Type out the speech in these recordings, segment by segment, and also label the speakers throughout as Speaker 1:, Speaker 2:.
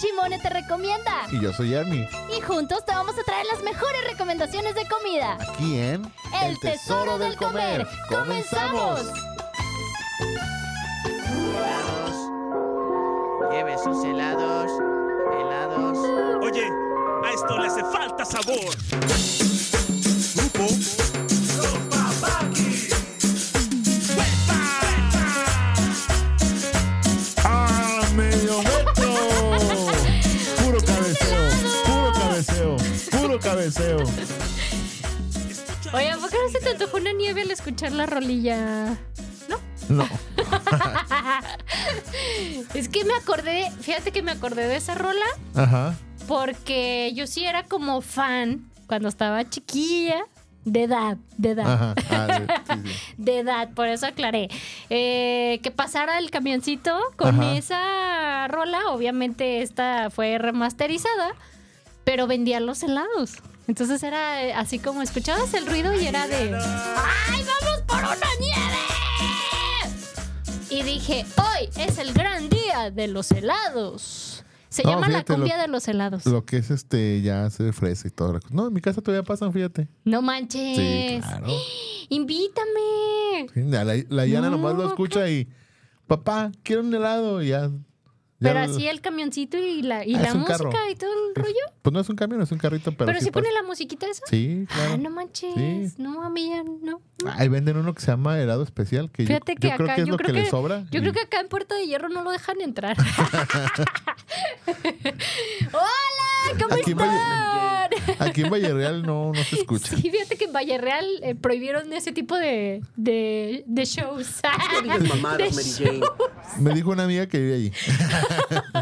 Speaker 1: Chimone te recomienda.
Speaker 2: Y yo soy Yami.
Speaker 1: Y juntos te vamos a traer las mejores recomendaciones de comida.
Speaker 2: Aquí en
Speaker 1: El, tesoro, del comer. ¡Comenzamos!
Speaker 3: Lleve sus helados, helados.
Speaker 4: Oye, a esto le hace falta sabor. Grupo
Speaker 2: ¡Ah, medio metro! Puro cabeceo, puro cabeceo, puro cabeceo.
Speaker 5: Oye, ¿a poco no se te antojó una nieve al escuchar la rolilla?
Speaker 2: No.
Speaker 5: Es que me acordé, fíjate que me acordé de esa rola
Speaker 2: Ajá.
Speaker 5: porque yo sí era como fan cuando estaba chiquilla de edad, de edad.
Speaker 2: Ajá. Ah, sí, sí.
Speaker 5: de edad, por eso aclaré. Eh, que pasara el camioncito con
Speaker 2: Ajá.
Speaker 5: esa rola, obviamente esta fue remasterizada, pero vendía los helados. Entonces era eh, así como escuchabas el ruido y era de ¡Ay, vamos por una nieve! Y dije, hoy es el gran día de los helados. Se
Speaker 2: No,
Speaker 5: llama la
Speaker 2: fíjate, lo-
Speaker 5: cumbia de los helados.
Speaker 2: Lo que es este, ya se fresa y todo. No, en mi casa todavía pasan, fíjate.
Speaker 5: no manches.
Speaker 2: Sí, claro.
Speaker 5: Invítame.
Speaker 2: Sí, La, la- la Yana
Speaker 5: No,
Speaker 2: nomás lo escucha y, papá, quiero un helado. Y ya. ya
Speaker 5: Pero
Speaker 2: lo-
Speaker 5: así el camioncito y la, y
Speaker 2: Ah,
Speaker 5: la
Speaker 2: es un
Speaker 5: música
Speaker 2: carro.
Speaker 5: y todo el rollo.
Speaker 2: Pues no es un camión, es un carrito, pero.
Speaker 5: Pero, si
Speaker 2: sí
Speaker 5: pone
Speaker 2: pasa.
Speaker 5: la musiquita esa.
Speaker 2: Sí, claro.
Speaker 5: Ah, no manches.
Speaker 2: Sí.
Speaker 5: No, a mí ya no.
Speaker 2: Ahí venden uno que se llama helado especial, que yo-
Speaker 5: Fíjate
Speaker 2: yo,
Speaker 5: que
Speaker 2: creo
Speaker 5: acá-
Speaker 2: que es
Speaker 5: yo
Speaker 2: lo
Speaker 5: creo
Speaker 2: que, le
Speaker 5: que-
Speaker 2: sobra.
Speaker 5: Yo
Speaker 2: y-
Speaker 5: creo que acá en Puerto de Hierro no lo dejan entrar. ¡Hola! ¿Cómo
Speaker 2: Aquí en
Speaker 5: están?
Speaker 2: Aquí en Vallereal no, no se escucha.
Speaker 5: Sí, fíjate que en Valle Real eh, prohibieron ese tipo de, de, de shows.
Speaker 3: No digas mamadas, Mary Jane.
Speaker 2: Me dijo una amiga que vive allí.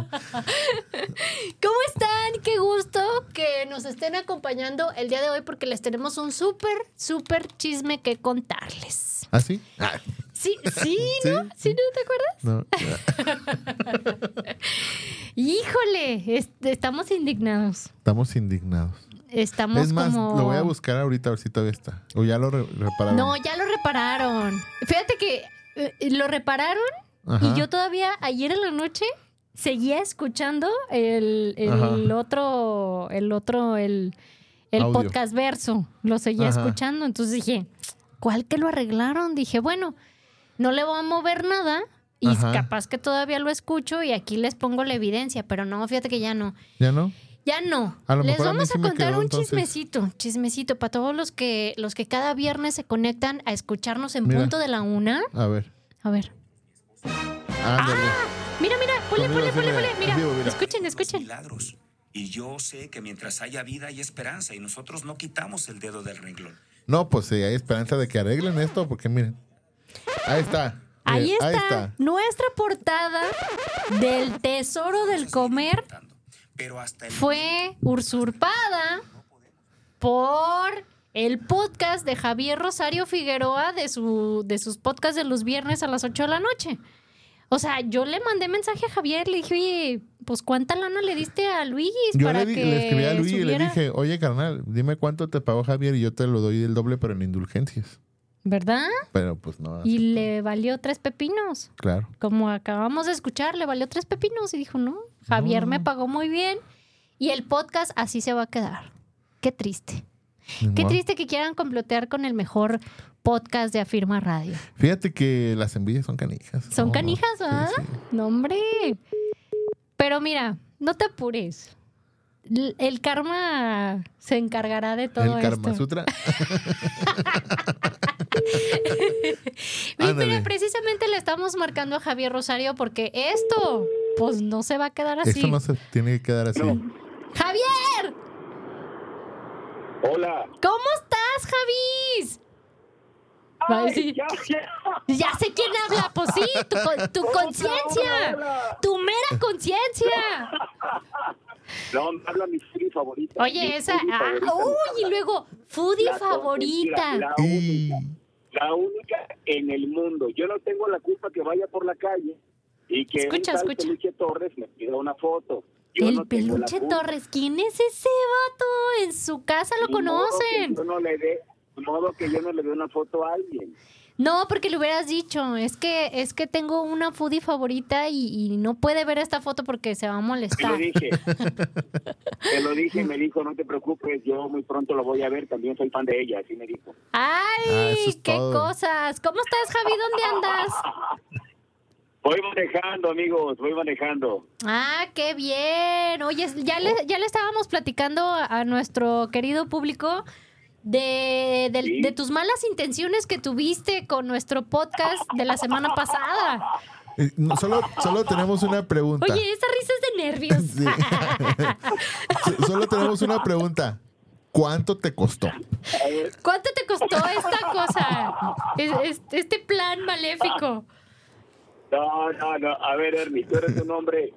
Speaker 5: ¿Cómo están? Qué gusto que nos estén acompañando el día de hoy porque les tenemos un súper, súper chisme que contarles.
Speaker 2: ¿Ah, sí? Ah,
Speaker 5: Sí, sí, ¿no?
Speaker 2: Sí.
Speaker 5: ¿Sí no te acuerdas?
Speaker 2: no.
Speaker 5: Híjole, es- estamos indignados.
Speaker 2: Estamos indignados.
Speaker 5: Estamos
Speaker 2: es más,
Speaker 5: como...
Speaker 2: lo voy a buscar ahorita, a ver si todavía está. O ya lo re- repararon.
Speaker 5: No, ya lo repararon. Fíjate que eh, lo repararon
Speaker 2: Ajá.
Speaker 5: y yo todavía ayer en la noche seguía escuchando el, el
Speaker 2: Ajá.
Speaker 5: otro, el otro, el, el
Speaker 2: Audio.
Speaker 5: podcast verso. Lo seguía
Speaker 2: Ajá.
Speaker 5: escuchando. Entonces dije, ¿cuál que lo arreglaron? Dije, bueno, no le voy a mover nada. Y
Speaker 2: Ajá.
Speaker 5: capaz que todavía lo escucho y aquí les pongo la evidencia, pero no, fíjate que ya no.
Speaker 2: ¿Ya no?
Speaker 5: Ya no.
Speaker 2: A lo
Speaker 5: Les
Speaker 2: mejor a mí
Speaker 5: vamos a,
Speaker 2: sí me
Speaker 5: contar
Speaker 2: quedó,
Speaker 5: un
Speaker 2: entonces.
Speaker 5: chismecito, chismecito para todos los que los que cada viernes se conectan a escucharnos en
Speaker 2: Mira.
Speaker 5: punto de la una.
Speaker 2: A ver.
Speaker 5: A ver.
Speaker 2: Ándale.
Speaker 5: ¡Ah! Mira, mira, ponle,
Speaker 2: Conmigo
Speaker 5: ponle,
Speaker 2: sí,
Speaker 5: ponle,
Speaker 2: mira,
Speaker 5: ponle.
Speaker 2: en
Speaker 5: Mira,
Speaker 2: vivo, mira.
Speaker 5: escuchen, escuchen.
Speaker 6: milagros. Y yo sé que mientras haya vida hay esperanza y nosotros no quitamos el dedo del renglón.
Speaker 2: No, pues sí, hay esperanza de que arreglen esto, porque miren. Ahí está.
Speaker 5: Ahí
Speaker 2: Miren,
Speaker 5: está,
Speaker 2: Ahí está.
Speaker 5: nuestra portada del tesoro del comer
Speaker 6: Pero hasta el
Speaker 5: fue usurpada por el podcast de Javier Rosario Figueroa de, su, de sus podcasts de los viernes a las 8 de la noche. O sea, yo le mandé mensaje a Javier, le dije, oye, pues cuánta lana le diste a Luis
Speaker 2: Yo
Speaker 5: para
Speaker 2: le, di-
Speaker 5: que
Speaker 2: le escribí a Luis y le
Speaker 5: subiera?"
Speaker 2: dije, oye, carnal, dime cuánto te pagó Javier y yo te lo doy el doble, pero en indulgencias.
Speaker 5: ¿Verdad?
Speaker 2: Pero pues no.
Speaker 5: Y le valió tres pepinos.
Speaker 2: Claro.
Speaker 5: Como acabamos de escuchar, le valió tres pepinos y dijo, no, Javier
Speaker 2: No.
Speaker 5: me pagó muy bien y el podcast así se va a quedar. Qué triste.
Speaker 2: ni
Speaker 5: Qué
Speaker 2: modo.
Speaker 5: triste que quieran complotear con el mejor podcast de Afirma Radio.
Speaker 2: Fíjate que las envidias son canijas. Oh,
Speaker 5: Son
Speaker 2: No,
Speaker 5: canijas, Ah,
Speaker 2: sí,
Speaker 5: ¿verdad?
Speaker 2: sí.
Speaker 5: No, hombre. Pero mira, no te apures. L- El karma se encargará de todo
Speaker 2: El Karma
Speaker 5: esto.
Speaker 2: Sutra.
Speaker 5: Mira,
Speaker 2: Ándale.
Speaker 5: precisamente le estamos marcando a Javier Rosario porque esto, pues no se va a quedar así.
Speaker 2: Esto no se tiene que quedar así.
Speaker 5: ¡Javier!
Speaker 7: Hola.
Speaker 5: ¿Cómo estás, Javis? Va a decir,
Speaker 7: Ya, ya.
Speaker 5: ya sé quién habla, pues sí, tu, con- tu conciencia,
Speaker 7: Hola.
Speaker 5: tu mera conciencia.
Speaker 7: No, habla mi serie favorita. Mi
Speaker 5: Oye, esa.
Speaker 7: foodie
Speaker 5: Ah,
Speaker 7: favorita nos
Speaker 5: uy, y
Speaker 7: habla.
Speaker 5: luego, foodie
Speaker 7: La
Speaker 5: favorita.
Speaker 7: consentida,
Speaker 2: Y
Speaker 7: La, única, la única en el mundo. Yo no tengo la culpa que vaya por la calle y que
Speaker 5: Escucha,
Speaker 7: un tal
Speaker 5: escucha.
Speaker 7: peluche Torres me pida una foto. Yo
Speaker 5: el
Speaker 7: no tengo la
Speaker 5: peluche
Speaker 7: culpa.
Speaker 5: Torres, ¿quién es ese vato? En su casa lo
Speaker 7: Ni modo que
Speaker 5: conocen.
Speaker 7: Yo no le dé modo que yo no le dé una foto a alguien.
Speaker 5: No, porque le hubieras dicho, es que es que tengo una foodie favorita y, y no puede ver esta foto porque se va a
Speaker 7: Te lo
Speaker 5: molestar.
Speaker 7: dije. Te lo dije y me dijo, no te preocupes, yo muy pronto lo voy a ver, también soy fan de ella, así me dijo.
Speaker 5: ¡Ay!
Speaker 2: Ah, eso es
Speaker 5: ¡Qué
Speaker 2: todo.
Speaker 5: cosas! ¿Cómo estás, Javi? ¿Dónde andas?
Speaker 7: Voy manejando, amigos, voy manejando.
Speaker 5: Ah, qué bien. Oye, ya le, ya le estábamos platicando a, a nuestro querido público de, del-
Speaker 7: Sí.
Speaker 5: de tus malas intenciones que tuviste con nuestro podcast de la semana pasada.
Speaker 2: Eh, no, Solo, solo tenemos una pregunta.
Speaker 5: Oye, esa risa es de nervios.
Speaker 2: Sí. So- Solo tenemos una pregunta. ¿Cuánto te costó?
Speaker 5: ¿Cuánto te costó esta cosa? Es- es- este plan maléfico.
Speaker 7: No, no, no, a ver, Ernie, tú eres un hombre,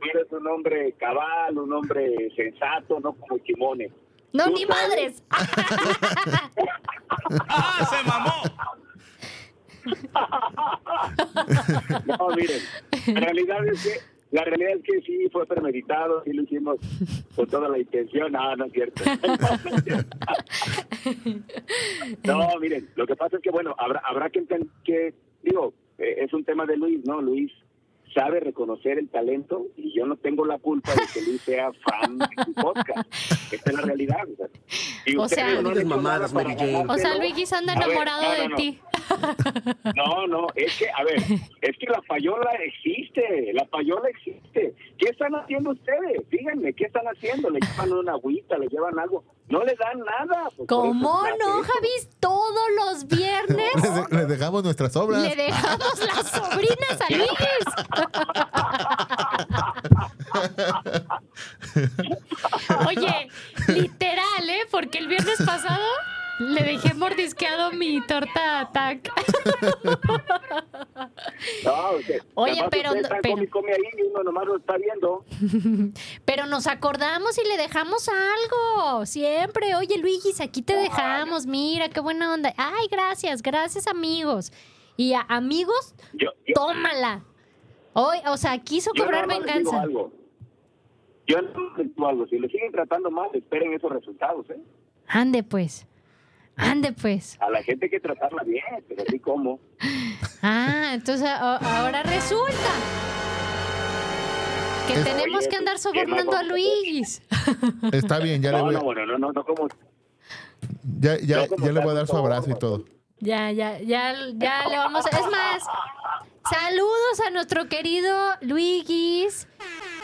Speaker 7: tú eres un hombre cabal, un hombre sensato, no como Chimones.
Speaker 5: No,
Speaker 7: Tú
Speaker 5: ni
Speaker 7: sabes-
Speaker 5: madres.
Speaker 4: ¡Ah, se mamó!
Speaker 7: No, miren, la realidad es que la realidad es que sí fue premeditado, sí lo hicimos con toda la intención. No, no es cierto. No, miren, lo que pasa es que bueno, habrá habrá que entender que digo, eh, es un tema de Luis, ¿no? Luis sabe reconocer el talento y yo no tengo la culpa de que Luis sea fan de su podcast. Esta es la realidad. o sea. Y
Speaker 5: O
Speaker 7: ustedes
Speaker 5: sea-
Speaker 7: han
Speaker 3: No digas
Speaker 7: hecho nada
Speaker 3: mamadas,
Speaker 7: para
Speaker 3: Mary Jane.
Speaker 5: O sea,
Speaker 7: ganárselo.
Speaker 5: Luigi anda
Speaker 7: A ver,
Speaker 5: enamorado
Speaker 7: no,
Speaker 5: de
Speaker 7: no, no.
Speaker 5: ti.
Speaker 7: No, no, es que, a ver, es que la payola existe, la payola existe. ¿Qué están haciendo ustedes? Díganme, ¿qué están haciendo? ¿Le llevan una agüita, le llevan algo? No le dan nada. pues, por
Speaker 5: ¿Cómo
Speaker 7: eso se
Speaker 5: no,
Speaker 7: hace
Speaker 5: Javi? Todos los viernes
Speaker 2: Le, de- le dejamos nuestras obras.
Speaker 5: le dejamos las sobrinas a Luis. Oye, literal, ¿eh? Porque el viernes pasado le dejé mordisqueado mi torta tac.
Speaker 7: eso. No, o sea,
Speaker 5: Oye,
Speaker 7: nada más
Speaker 5: pero-
Speaker 7: ustedes están
Speaker 5: pero-
Speaker 7: come y come ahí y uno nomás lo está viendo.
Speaker 5: Pero nos acordamos y le dejamos algo. Siempre. Oye, Luigis, aquí te dejamos. Mira, qué buena onda. Ay, gracias, gracias, amigos. Y a- amigos,
Speaker 7: Yo, yo-
Speaker 5: tómala. Hoy, o sea, quiso
Speaker 7: yo
Speaker 5: cobrar
Speaker 7: nada más les digo
Speaker 5: venganza.
Speaker 7: algo. Yo nada más les digo algo. Si lo siguen tratando mal, esperen esos resultados, ¿eh?
Speaker 5: Ande pues. Ande pues.
Speaker 7: A la gente hay que tratarla bien, pero así como.
Speaker 5: Ah, entonces a- ahora resulta que
Speaker 2: Es-
Speaker 5: tenemos
Speaker 7: Oye,
Speaker 5: que andar
Speaker 7: ¿qué más
Speaker 5: sobornando a
Speaker 7: vamos a hacer?
Speaker 5: Luigis.
Speaker 2: Está bien, ya le
Speaker 7: No,
Speaker 2: voy,
Speaker 7: no, bueno, no, no, no como...
Speaker 2: ya, ya-
Speaker 7: no como
Speaker 2: ya le voy a
Speaker 7: tal,
Speaker 2: dar su
Speaker 7: no,
Speaker 2: abrazo y
Speaker 7: no.
Speaker 2: todo.
Speaker 5: Ya, ya, ya, ya le vamos a... Es más, saludos a nuestro querido Luigis,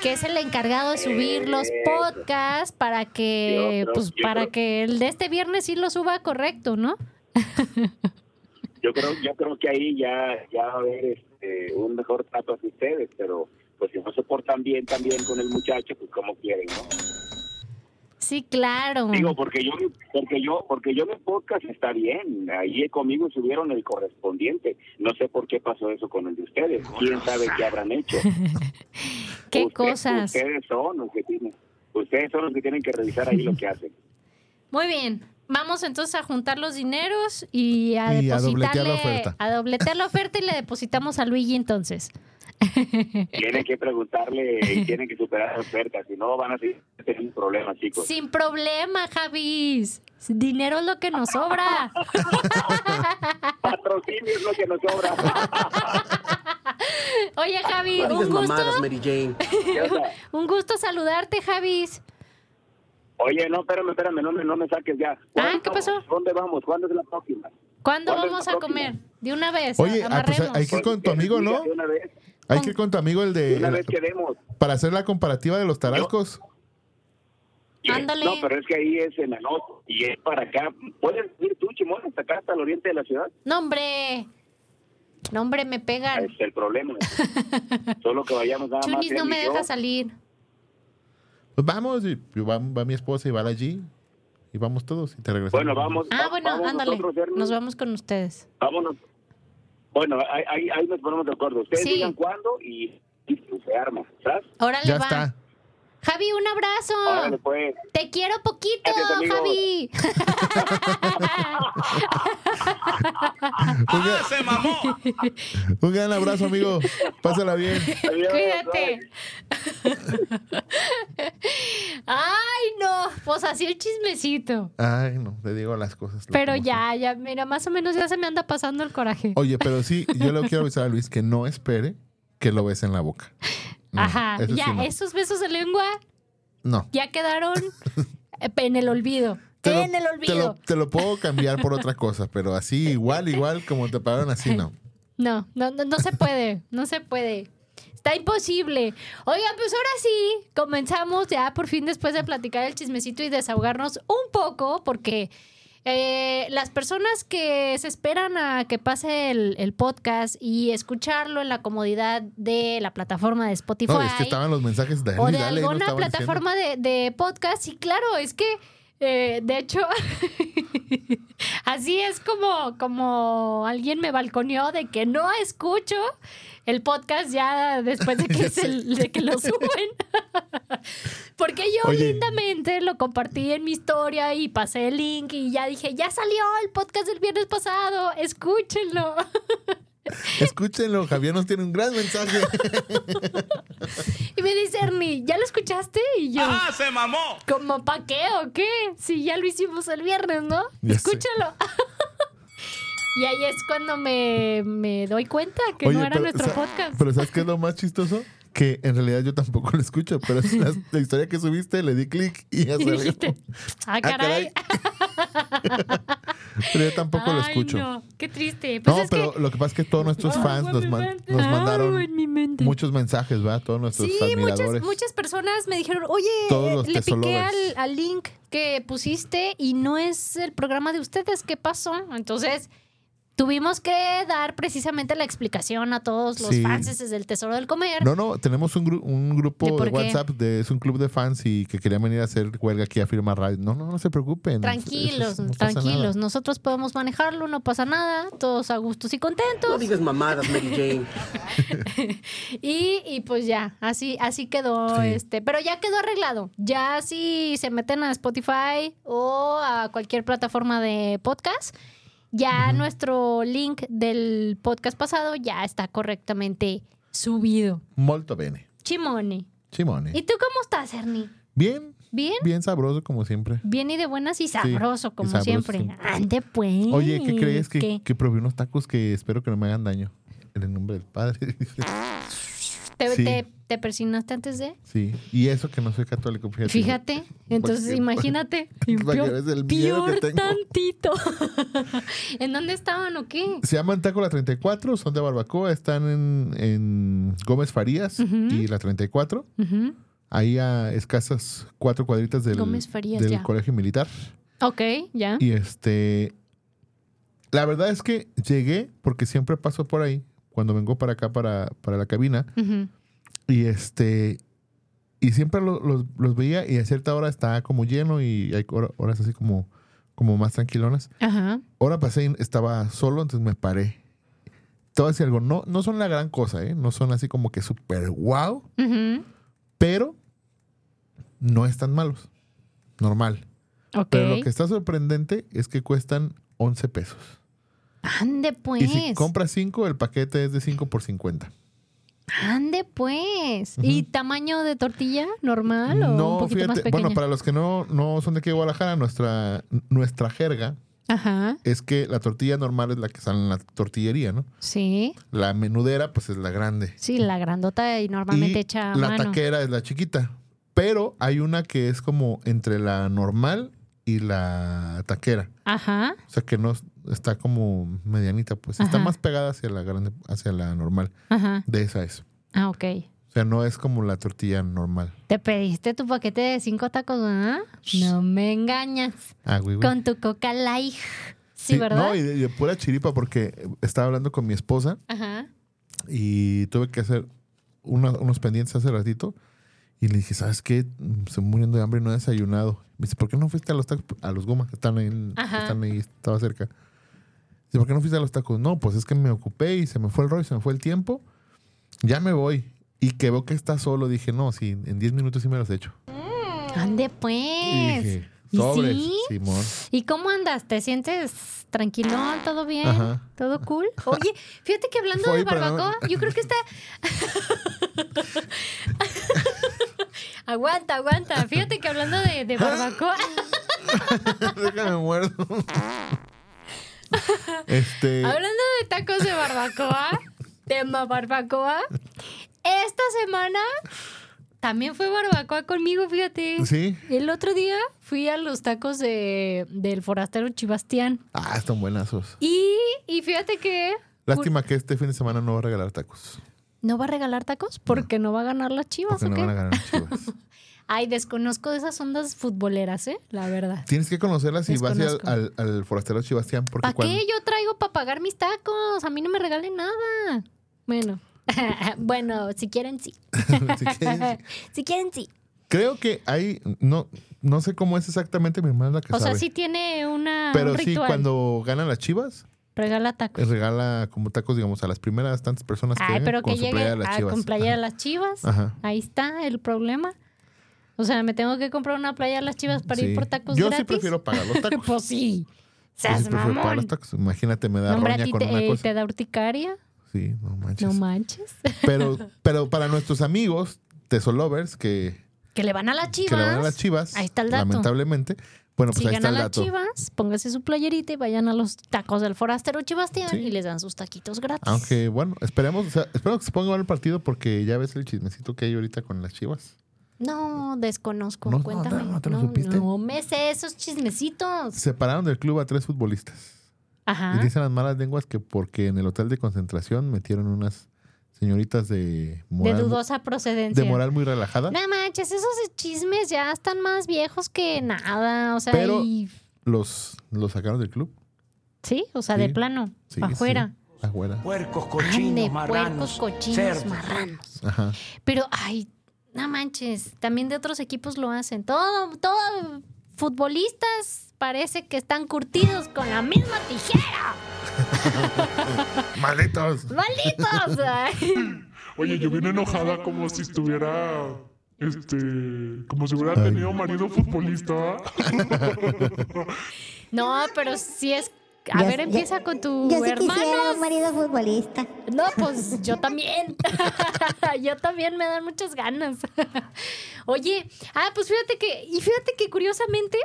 Speaker 5: que es el encargado de subir los
Speaker 7: Eso.
Speaker 5: podcasts para que,
Speaker 7: Yo creo-
Speaker 5: pues,
Speaker 7: yo
Speaker 5: para
Speaker 7: creo-
Speaker 5: que el de este viernes sí lo suba correcto, ¿no?
Speaker 7: yo creo yo creo que ahí ya ya va a haber este, un mejor trato hacia ustedes pero pues si no se portan bien también con el muchacho pues como quieren no
Speaker 5: Sí, claro.
Speaker 7: digo porque yo porque yo porque yo mi podcast está bien ahí conmigo subieron el correspondiente no sé por qué pasó eso con el de ustedes quién sabe qué habrán hecho
Speaker 5: Qué
Speaker 7: Usted-
Speaker 5: cosas.
Speaker 7: ustedes son los que tienen ustedes son los que tienen que revisar ahí lo que hacen
Speaker 5: Muy bien. Vamos entonces a juntar los dineros y a
Speaker 2: Y a dobletear la
Speaker 5: depositarle
Speaker 2: oferta.
Speaker 5: a dobletear la oferta y le depositamos a Luigi entonces.
Speaker 7: tienen que preguntarle y tienen que superar las ofertas si no van a seguir teniendo un problema chicos
Speaker 5: Sin problema, Javis. Dinero es lo que nos sobra.
Speaker 7: patrocinio es lo que nos sobra
Speaker 5: Oye, Javi,
Speaker 3: No digas
Speaker 5: un
Speaker 3: mamadas,
Speaker 5: gusto,
Speaker 3: Mary Jane.
Speaker 7: ¿Qué onda?
Speaker 5: un gusto saludarte, Javis.
Speaker 7: Oye, no, espérame, espérame, no me, no me saques ya.
Speaker 5: Ah, ¿qué pasó?
Speaker 7: ¿Dónde vamos? ¿Cuándo es la próxima?
Speaker 5: ¿Cuándo
Speaker 7: ¿Cuándo es
Speaker 5: vamos
Speaker 7: la
Speaker 5: a
Speaker 7: próxima?
Speaker 5: comer? De una vez,
Speaker 2: Oye, ah, pues,
Speaker 5: amarremos.
Speaker 2: hay que- con tu amigo,
Speaker 7: Mira,
Speaker 2: ¿no? Eh,
Speaker 7: de Una vez,
Speaker 2: Hay
Speaker 5: Con-
Speaker 2: que ir con tu amigo el
Speaker 7: de
Speaker 2: de...
Speaker 7: una vez quedemos.
Speaker 2: para hacer la comparativa de los tarascos.
Speaker 5: Ándale.
Speaker 7: No, pero es que ahí es en la noche y es para acá. ¿Puedes ir tú, Chimón, hasta acá, hasta el oriente de la ciudad?
Speaker 5: No, hombre. No, hombre, me
Speaker 7: Ese
Speaker 5: pegan.
Speaker 7: es el problema. Solo que vayamos nada más.
Speaker 5: Chunis
Speaker 7: él
Speaker 5: no
Speaker 7: y
Speaker 5: me
Speaker 7: yo.
Speaker 5: deja salir.
Speaker 2: Pues vamos, y- y va, va mi esposa y va la G. Y vamos todos y te regresamos.
Speaker 7: Bueno, vamos.
Speaker 5: Ah,
Speaker 7: va-
Speaker 5: bueno,
Speaker 7: vamos
Speaker 5: ándale.
Speaker 7: nosotros, Ernie.
Speaker 5: Nos vamos con ustedes.
Speaker 7: Vámonos. Bueno, ahí, ahí, ahí nos ponemos de acuerdo. Ustedes
Speaker 5: Sí.
Speaker 7: digan cuándo y, y se arma, ¿sabes?
Speaker 5: Órale,
Speaker 2: Ya
Speaker 5: va.
Speaker 2: está.
Speaker 5: Javi, un
Speaker 7: Órale,
Speaker 5: abrazo.
Speaker 7: pues.
Speaker 5: Te quiero poquito,
Speaker 7: Gracias, amigos.
Speaker 5: Javi.
Speaker 2: Un
Speaker 4: ¡Ah, se mamó!
Speaker 2: gran, un gran abrazo, amigo. Pásala bien.
Speaker 7: Adiós, bye.
Speaker 5: Cuídate. Ay, no. Pues así el chismecito.
Speaker 2: Ay, no, te digo las cosas. lo
Speaker 5: Pero
Speaker 2: como
Speaker 5: ya, ya, mira, más o menos ya se me anda pasando el coraje.
Speaker 2: son. Oye, pero sí, yo le quiero avisar a Luis que no espere que lo besen en la boca. No,
Speaker 5: Ajá,
Speaker 2: eso sí
Speaker 5: ya,
Speaker 2: no.
Speaker 5: esos besos de lengua
Speaker 2: No.
Speaker 5: ya quedaron en el olvido.
Speaker 2: Te lo-
Speaker 5: en el
Speaker 2: Te lo,
Speaker 5: olvido.
Speaker 2: te lo puedo cambiar por otra cosa, pero así, igual, igual, como te pagaron así, no.
Speaker 5: No, no, no, no se puede, no se puede. Está imposible. Oigan, pues ahora sí, comenzamos ya por fin después de platicar el chismecito y desahogarnos un poco, porque eh, las personas que se esperan a que pase el, el podcast y escucharlo en la comodidad de la plataforma de Spotify.
Speaker 2: No, es que estaban los mensajes de
Speaker 5: o de
Speaker 2: dale, no
Speaker 5: alguna
Speaker 2: estaban diciendo.
Speaker 5: plataforma de, de podcast. Y claro, es que, eh, de hecho, así es como, como alguien me balconeó de que no escucho el podcast ya después de que,
Speaker 2: Ya sé.
Speaker 5: se- de que lo suben. Porque yo
Speaker 2: Oye.
Speaker 5: lindamente lo compartí en mi historia y pasé el link y ya dije, ya salió el podcast del viernes pasado, escúchenlo.
Speaker 2: Escúchenlo, Javier nos tiene un gran mensaje.
Speaker 5: Y me dice Ernie, ¿ya lo escuchaste? Y yo...
Speaker 4: ¡Ah, se mamó!
Speaker 5: ¿Como pa' qué o qué? Si ya lo hicimos el viernes, ¿no?
Speaker 2: Ya sé.
Speaker 5: Escúchalo. y ahí es cuando me, me doy cuenta que
Speaker 2: Oye,
Speaker 5: no era
Speaker 2: pero,
Speaker 5: nuestro
Speaker 2: sa-
Speaker 5: podcast.
Speaker 2: Pero ¿sabes qué es lo más chistoso? Que en realidad yo tampoco lo escucho, pero es la, la historia que subiste, le di clic y ya
Speaker 5: y
Speaker 2: salió.
Speaker 5: dijiste, ah, caray.
Speaker 2: pero yo tampoco lo
Speaker 5: Ay,
Speaker 2: escucho. No,
Speaker 5: no, qué triste. Pues es
Speaker 2: pero
Speaker 5: que...
Speaker 2: lo que pasa es que todos nuestros
Speaker 5: Ay,
Speaker 2: fans
Speaker 5: güey,
Speaker 2: nos,
Speaker 5: me
Speaker 2: man-
Speaker 5: mente.
Speaker 2: nos
Speaker 5: Ay,
Speaker 2: mandaron
Speaker 5: güey, mi mente.
Speaker 2: muchos mensajes, ¿verdad? Todos nuestros
Speaker 5: Sí, muchas,
Speaker 2: admiradores.
Speaker 5: muchas personas me dijeron, oye,
Speaker 2: Todos los
Speaker 5: le piqué
Speaker 2: tesolovers.
Speaker 5: al, al link que pusiste y no es el programa de ustedes, ¿qué pasó? Entonces, tuvimos que dar precisamente la explicación a todos los
Speaker 2: Sí.
Speaker 5: fans desde el Tesoro del Comer.
Speaker 2: No, no, tenemos un, gru- un
Speaker 5: ¿De
Speaker 2: grupo
Speaker 5: por
Speaker 2: de
Speaker 5: qué?
Speaker 2: WhatsApp, de, es un club de fans y que querían venir a hacer huelga aquí a firma radio. No, no, no se preocupen.
Speaker 5: Tranquilos,
Speaker 2: Eso- eso no pasa
Speaker 5: tranquilos.
Speaker 2: nada.
Speaker 5: Nosotros podemos manejarlo, no pasa nada. Todos a gustos y
Speaker 3: No
Speaker 5: contentos.
Speaker 3: digas mamadas, Mary Jane.
Speaker 5: Y, y pues ya, así, así quedó
Speaker 2: Sí.
Speaker 5: este. Pero ya quedó arreglado. Ya si se meten a Spotify o a cualquier plataforma de podcast, ya nuestro link del podcast pasado ya está correctamente subido.
Speaker 2: Molto bene.
Speaker 5: Chimone.
Speaker 2: Simone.
Speaker 5: ¿Y tú cómo estás, Ernie?
Speaker 2: Bien,
Speaker 5: ¿Bien?
Speaker 2: bien sabroso como siempre.
Speaker 5: Bien y de buenas y
Speaker 2: y
Speaker 5: sabroso, como
Speaker 2: sabroso,
Speaker 5: siempre.
Speaker 2: sí.
Speaker 5: Ande pues.
Speaker 2: Oye, ¿qué crees? Que,
Speaker 5: ¿Qué?
Speaker 2: que probé unos tacos que espero que no me hagan daño. En el nombre del padre.
Speaker 5: ¿Te,
Speaker 2: sí.
Speaker 5: te- te persinaste antes de?
Speaker 2: sí. Y eso que no soy católico, fíjate.
Speaker 5: Fíjate, entonces
Speaker 2: Porque-
Speaker 5: imagínate.
Speaker 2: Para que veas el miedo que
Speaker 5: peor
Speaker 2: tengo.
Speaker 5: tantito. ¿En dónde estaban o qué?
Speaker 2: Se llaman Taco La 34, son de barbacoa, están en, en Gómez Farías y La 34.
Speaker 5: Ujú.
Speaker 2: Ahí a escasas cuatro cuadritas del,
Speaker 5: Gómez Farías,
Speaker 2: del
Speaker 5: ya. Ah.
Speaker 2: colegio militar.
Speaker 5: Ok, ya.
Speaker 2: Y este. La verdad es que llegué porque siempre paso por ahí cuando vengo para acá, para, para la cabina.
Speaker 5: Ujú.
Speaker 2: Y este. Y siempre lo- los, los veía y a cierta hora estaba como lleno y hay hora- horas así como, como más tranquilonas.
Speaker 5: Ajá.
Speaker 2: Ahora pasé y estaba solo, entonces me paré. Todo decir algo, no, no son la gran cosa, ¿eh? No son así como que súper wow,
Speaker 5: Ujú.
Speaker 2: pero no están malos. Normal.
Speaker 5: Ok.
Speaker 2: Pero lo que está sorprendente es que cuestan 11 pesos.
Speaker 5: Ande pues.
Speaker 2: Y si compras 5, el paquete es de 5 por 50.
Speaker 5: Ande pues.
Speaker 2: Ujú.
Speaker 5: ¿Y tamaño de tortilla normal o Ah, un poquito más pequeña?
Speaker 2: bueno, para los que no, no son de aquí de Guadalajara, nuestra, nuestra jerga
Speaker 5: Ajá.
Speaker 2: es que la tortilla normal es la que sale en la tortillería, ¿no?
Speaker 5: Sí.
Speaker 2: La menudera, pues es la grande.
Speaker 5: Sí, la grandota y normalmente
Speaker 2: Y
Speaker 5: hecha a
Speaker 2: la
Speaker 5: mano.
Speaker 2: taquera es la chiquita. Pero hay una que es como entre la normal y la taquera.
Speaker 5: Ajá.
Speaker 2: O sea que no es- está como medianita, pues está
Speaker 5: Ajá.
Speaker 2: más pegada hacia la grande, hacia la normal.
Speaker 5: Ajá.
Speaker 2: De esa es.
Speaker 5: Ah, ok.
Speaker 2: O sea, no es como la tortilla normal.
Speaker 5: Te pediste tu paquete de cinco tacos, ¿verdad? No me engañas.
Speaker 2: Ah, güey, güey.
Speaker 5: Con tu coca light. Sí, ¿verdad?
Speaker 2: No, y de, y de pura chiripa, porque estaba hablando con mi esposa
Speaker 5: Ajá.
Speaker 2: y tuve que hacer una- unos pendientes hace ratito. Y le dije, ¿sabes qué? Mm, Estoy muriendo de hambre y no he desayunado. Me dice, ¿por qué no fuiste a los tacos? A los gomas, están, en,
Speaker 5: Ajá.
Speaker 2: están ahí, estaba cerca. Dice, ¿por qué no fuiste a los tacos? No, pues es que me ocupé y se me fue el rollo, se me fue el tiempo. Ya me voy. Y que veo que está solo, dije, no, sí, en 10 minutos sí me los he hecho.
Speaker 5: Ande
Speaker 2: Y
Speaker 5: pues.
Speaker 2: dije,
Speaker 5: ¿Y
Speaker 2: sobre,
Speaker 5: sí?
Speaker 2: Simón.
Speaker 5: ¿Y cómo andas? ¿Te sientes tranquilo? ¿Todo bien?
Speaker 2: Ajá.
Speaker 5: ¿Todo cool? Oye, fíjate que hablando
Speaker 2: Fue
Speaker 5: de
Speaker 2: ahí para-
Speaker 5: barbacoa, yo creo que está... aguanta, aguanta. Fíjate que hablando de, de barbacoa...
Speaker 2: Déjame muerto. este.
Speaker 5: Hablando de tacos de barbacoa, tema barbacoa, esta semana también fue barbacoa conmigo, fíjate.
Speaker 2: Sí.
Speaker 5: El otro día fui a los tacos de, del forastero Chibastián.
Speaker 2: Ah, están buenazos.
Speaker 5: Y, y fíjate que...
Speaker 2: Lástima que este fin de semana no va a regalar tacos.
Speaker 5: ¿No va a regalar tacos? Porque no va a ganar las chivas,
Speaker 2: Porque
Speaker 5: ¿o
Speaker 2: no
Speaker 5: qué?
Speaker 2: van a ganar chivas.
Speaker 5: Ay, desconozco de esas ondas futboleras, ¿eh? La verdad.
Speaker 2: Tienes que conocerlas y vas a ir al,
Speaker 5: Desconozco.
Speaker 2: al- al forastero Chibastián. Porque
Speaker 5: ¿Para
Speaker 2: cuando-
Speaker 5: qué yo traigo para pagar mis tacos? A mí no me regalen nada. Bueno. bueno, si quieren, sí.
Speaker 2: Así que-
Speaker 5: si quieren, sí.
Speaker 2: creo que hay. No, no sé cómo es exactamente mi hermana es la que
Speaker 5: O sea,
Speaker 2: sabe.
Speaker 5: sí tiene una,
Speaker 2: pero
Speaker 5: un
Speaker 2: sí,
Speaker 5: ritual.
Speaker 2: cuando ganan las chivas,
Speaker 5: Regala tacos.
Speaker 2: les regala como tacos, digamos, a las primeras tantas personas que
Speaker 5: Ay,
Speaker 2: vengan
Speaker 5: pero
Speaker 2: con
Speaker 5: que
Speaker 2: su
Speaker 5: llegue
Speaker 2: playera de las
Speaker 5: a
Speaker 2: chivas.
Speaker 5: con playa de
Speaker 2: Ajá.
Speaker 5: las chivas.
Speaker 2: Ajá.
Speaker 5: Ahí está el problema. O sea, me tengo que comprar una playa de las chivas para
Speaker 2: Sí.
Speaker 5: ir por tacos
Speaker 2: Yo
Speaker 5: gratis.
Speaker 2: sí prefiero pagar los tacos.
Speaker 5: pues sí.
Speaker 2: Yo sí
Speaker 5: Seas
Speaker 2: prefiero pagar
Speaker 5: mamón.
Speaker 2: los tacos. Imagínate, me da
Speaker 5: No, hombre, a
Speaker 2: roña
Speaker 5: ti
Speaker 2: con
Speaker 5: te,
Speaker 2: una
Speaker 5: eh,
Speaker 2: cosa.
Speaker 5: te da urticaria.
Speaker 2: Sí, no manches.
Speaker 5: No manches.
Speaker 2: Pero, pero para nuestros amigos tesolovers que,
Speaker 5: Que le van a las chivas.
Speaker 2: que le van a las chivas,
Speaker 5: Ahí está el dato.
Speaker 2: lamentablemente, bueno, pues
Speaker 5: si
Speaker 2: ahí está
Speaker 5: ganan
Speaker 2: el
Speaker 5: las
Speaker 2: dato.
Speaker 5: chivas, póngase su playerita y vayan a los tacos del forastero Chivastián
Speaker 2: Sí.
Speaker 5: y les dan sus taquitos gratis.
Speaker 2: Aunque bueno, esperemos, o sea, espero que se ponga mal el partido porque ya ves el chismecito que hay ahorita con las chivas.
Speaker 5: No, desconozco.
Speaker 2: No, no,
Speaker 5: Cuéntame.
Speaker 2: no, no te lo supiste.
Speaker 5: no me sé esos chismecitos.
Speaker 2: Separaron del club a tres futbolistas.
Speaker 5: Ajá.
Speaker 2: Y dicen las malas lenguas que porque en el hotel de concentración metieron unas señoritas de
Speaker 5: De
Speaker 2: moral,
Speaker 5: dudosa procedencia.
Speaker 2: de moral muy relajada.
Speaker 5: No manches, esos chismes ya están más viejos que nada. O sea,
Speaker 2: Pero-
Speaker 5: y-
Speaker 2: Los, los sacaron del club.
Speaker 5: sí, o sea,
Speaker 2: Sí.
Speaker 5: de plano,
Speaker 2: Sí,
Speaker 5: pa'
Speaker 2: sí.
Speaker 5: afuera.
Speaker 2: Afuera.
Speaker 6: Puercos,
Speaker 5: Ande,
Speaker 6: cochinos,
Speaker 5: puercos,
Speaker 6: marranos.
Speaker 5: cochinos,
Speaker 6: cerdos.
Speaker 5: marranos.
Speaker 2: Ajá.
Speaker 5: Pero, ay, no manches, también de otros equipos lo hacen. Todo, todo, futbolistas parece que están curtidos con la misma tijera.
Speaker 2: ¡Malditos!
Speaker 5: ¡Malditos! Ay,
Speaker 8: Oye, yo vine enojada como si estuviera. Este. Como si hubiera tenido marido futbolista.
Speaker 5: No, pero si es. A
Speaker 9: Ya-
Speaker 5: ver,
Speaker 9: ya-
Speaker 5: empieza con tu
Speaker 9: Yo sí
Speaker 5: hermano.
Speaker 9: quisiera un marido futbolista.
Speaker 5: No, pues yo también. yo también me dan muchas ganas. Oye, ah, pues fíjate que, y fíjate que curiosamente,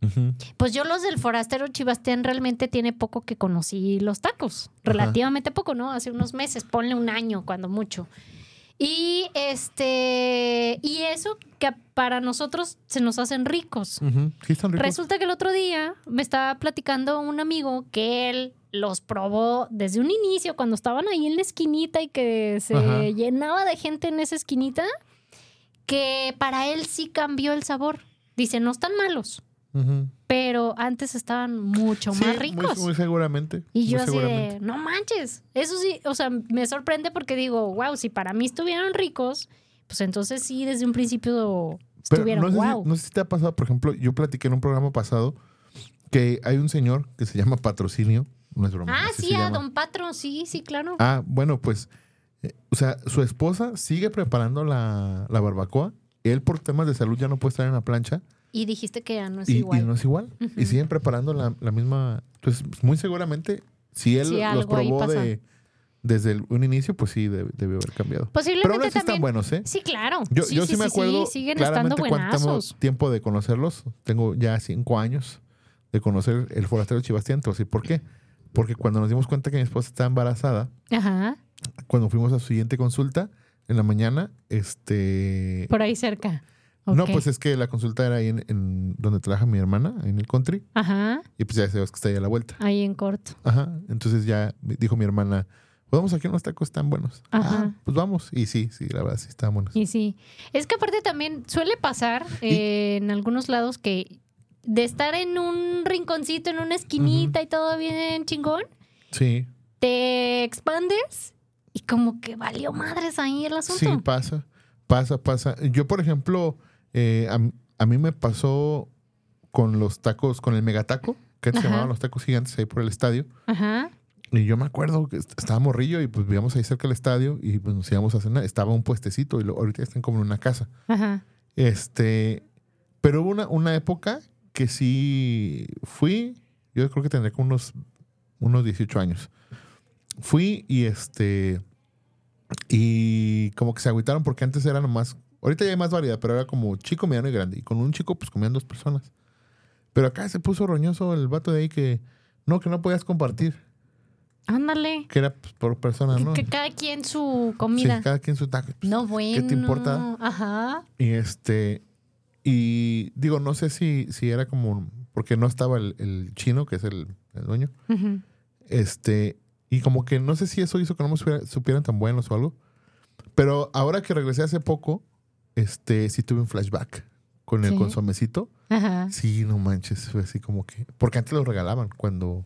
Speaker 2: Ujú.
Speaker 5: pues yo los del forastero Chibastián realmente tiene poco que conocí los tacos. Relativamente poco, ¿no? Hace unos meses, ponle un año, cuando mucho. Y este, y eso que para nosotros se nos hacen ricos.
Speaker 2: Ujú. Sí, están ricos.
Speaker 5: Resulta que el otro día me estaba platicando un amigo que él los probó desde un inicio, cuando estaban ahí en la esquinita y que se
Speaker 2: Ajá.
Speaker 5: llenaba de gente en esa esquinita, que para él sí cambió el sabor. Dice, no están malos,
Speaker 2: Ujú.
Speaker 5: pero antes estaban mucho
Speaker 2: Sí,
Speaker 5: más
Speaker 2: muy-
Speaker 5: ricos.
Speaker 2: Muy, seguramente.
Speaker 5: y yo
Speaker 2: muy
Speaker 5: así de,
Speaker 2: seguramente.
Speaker 5: no manches. Eso sí, o sea, me sorprende porque digo, wow, si para mí estuvieron ricos, pues entonces sí, desde un principio
Speaker 2: Pero
Speaker 5: estuvieron
Speaker 2: no sé,
Speaker 5: wow.
Speaker 2: si, no sé si te ha pasado, por ejemplo, yo platiqué en un programa pasado que hay un señor que se llama Patrocinio. No es broma.
Speaker 5: ah,
Speaker 2: así
Speaker 5: sí,
Speaker 2: se
Speaker 5: a
Speaker 2: llama.
Speaker 5: Don Patro, sí, sí, claro.
Speaker 2: Ah, bueno, pues, eh, o sea, su esposa sigue preparando la, la barbacoa. Él, por temas de salud, ya no puede estar en la plancha
Speaker 5: Y dijiste que ya no es
Speaker 2: y,
Speaker 5: igual.
Speaker 2: y no es igual. Y siguen preparando la, la misma. Entonces, pues, muy seguramente, si él
Speaker 5: Sí,
Speaker 2: los
Speaker 5: algo ahí
Speaker 2: probó
Speaker 5: pasa.
Speaker 2: de, desde el- un inicio, pues sí, debe- debió haber cambiado.
Speaker 5: Posiblemente
Speaker 2: Pero aún así están
Speaker 5: también.
Speaker 2: buenos, ¿eh?
Speaker 5: Sí, claro.
Speaker 2: Yo
Speaker 5: sí,
Speaker 2: yo
Speaker 5: sí,
Speaker 2: sí, me
Speaker 5: sí, sí,
Speaker 2: acuerdo
Speaker 5: siguen estando
Speaker 2: claramente cuánto tengo
Speaker 5: buenazos.
Speaker 2: tiempo de conocerlos. Tengo ya cinco años de conocer el forastero Chibastián. Te voy a decir por qué. Porque cuando nos dimos cuenta que mi esposa estaba embarazada,
Speaker 5: Ajá.
Speaker 2: cuando fuimos a su siguiente consulta en la mañana, este...
Speaker 5: Por ahí cerca.
Speaker 2: No,
Speaker 5: Ok.
Speaker 2: pues es que la consulta era ahí en, en donde trabaja mi hermana, ahí en el country.
Speaker 5: Ajá.
Speaker 2: Y pues ya sabes que está ahí a la vuelta.
Speaker 5: Ahí en corto.
Speaker 2: Ajá. Entonces ya me- dijo mi hermana, "Pues vamos aquí a unos tacos tan buenos.
Speaker 5: Ajá.
Speaker 2: Ah, pues vamos. Y sí, sí, la verdad, sí, estaban buenos.
Speaker 5: Y sí. Es que aparte también suele pasar eh, en algunos lados que de estar en un rinconcito, en una esquinita y todo bien chingón,
Speaker 2: Sí,
Speaker 5: te expandes y como que valió madres ahí el asunto.
Speaker 2: Sí, pasa, pasa, pasa. Yo, por ejemplo, eh, a, m- a mí me pasó con los tacos, con el megataco, que antes se
Speaker 5: Ajá.
Speaker 2: llamaban los tacos gigantes ahí por el estadio.
Speaker 5: Ajá.
Speaker 2: Y yo me acuerdo que est- estaba morrillo y pues vivíamos ahí cerca del estadio y pues nos íbamos a cenar. Estaba un puestecito y lo- ahorita ya están como en una casa.
Speaker 5: Ajá.
Speaker 2: Este, pero hubo una, una época que sí fui, yo creo que tendría como unos, unos 18 años. Fui y este, y como que se agüitaron porque antes era nomás, ahorita ya hay más variedad, pero era como chico, mediano y grande. Y con un chico pues comían dos personas. Pero acá se puso roñoso el vato de ahí que, no, que no podías compartir,
Speaker 5: Ándale.
Speaker 2: que era pues, por persona, ¿no?
Speaker 5: Que cada quien su
Speaker 2: Sí,
Speaker 5: comida.
Speaker 2: cada quien su taco. Pues,
Speaker 5: No, bueno.
Speaker 2: ¿Qué te importa?
Speaker 5: Ajá.
Speaker 2: Y este. Y digo, no sé si, si era como. un- Porque no estaba el, el chino, que es el, el dueño.
Speaker 5: Ujú.
Speaker 2: Este. Y como que no sé si eso hizo que no me supiera- supieran tan buenos o algo. Pero ahora que regresé hace poco, este sí tuve un flashback con el
Speaker 5: Sí. Ah.
Speaker 2: consomecito.
Speaker 5: Ajá.
Speaker 2: Sí, no manches. Fue así como que. Porque antes lo regalaban cuando.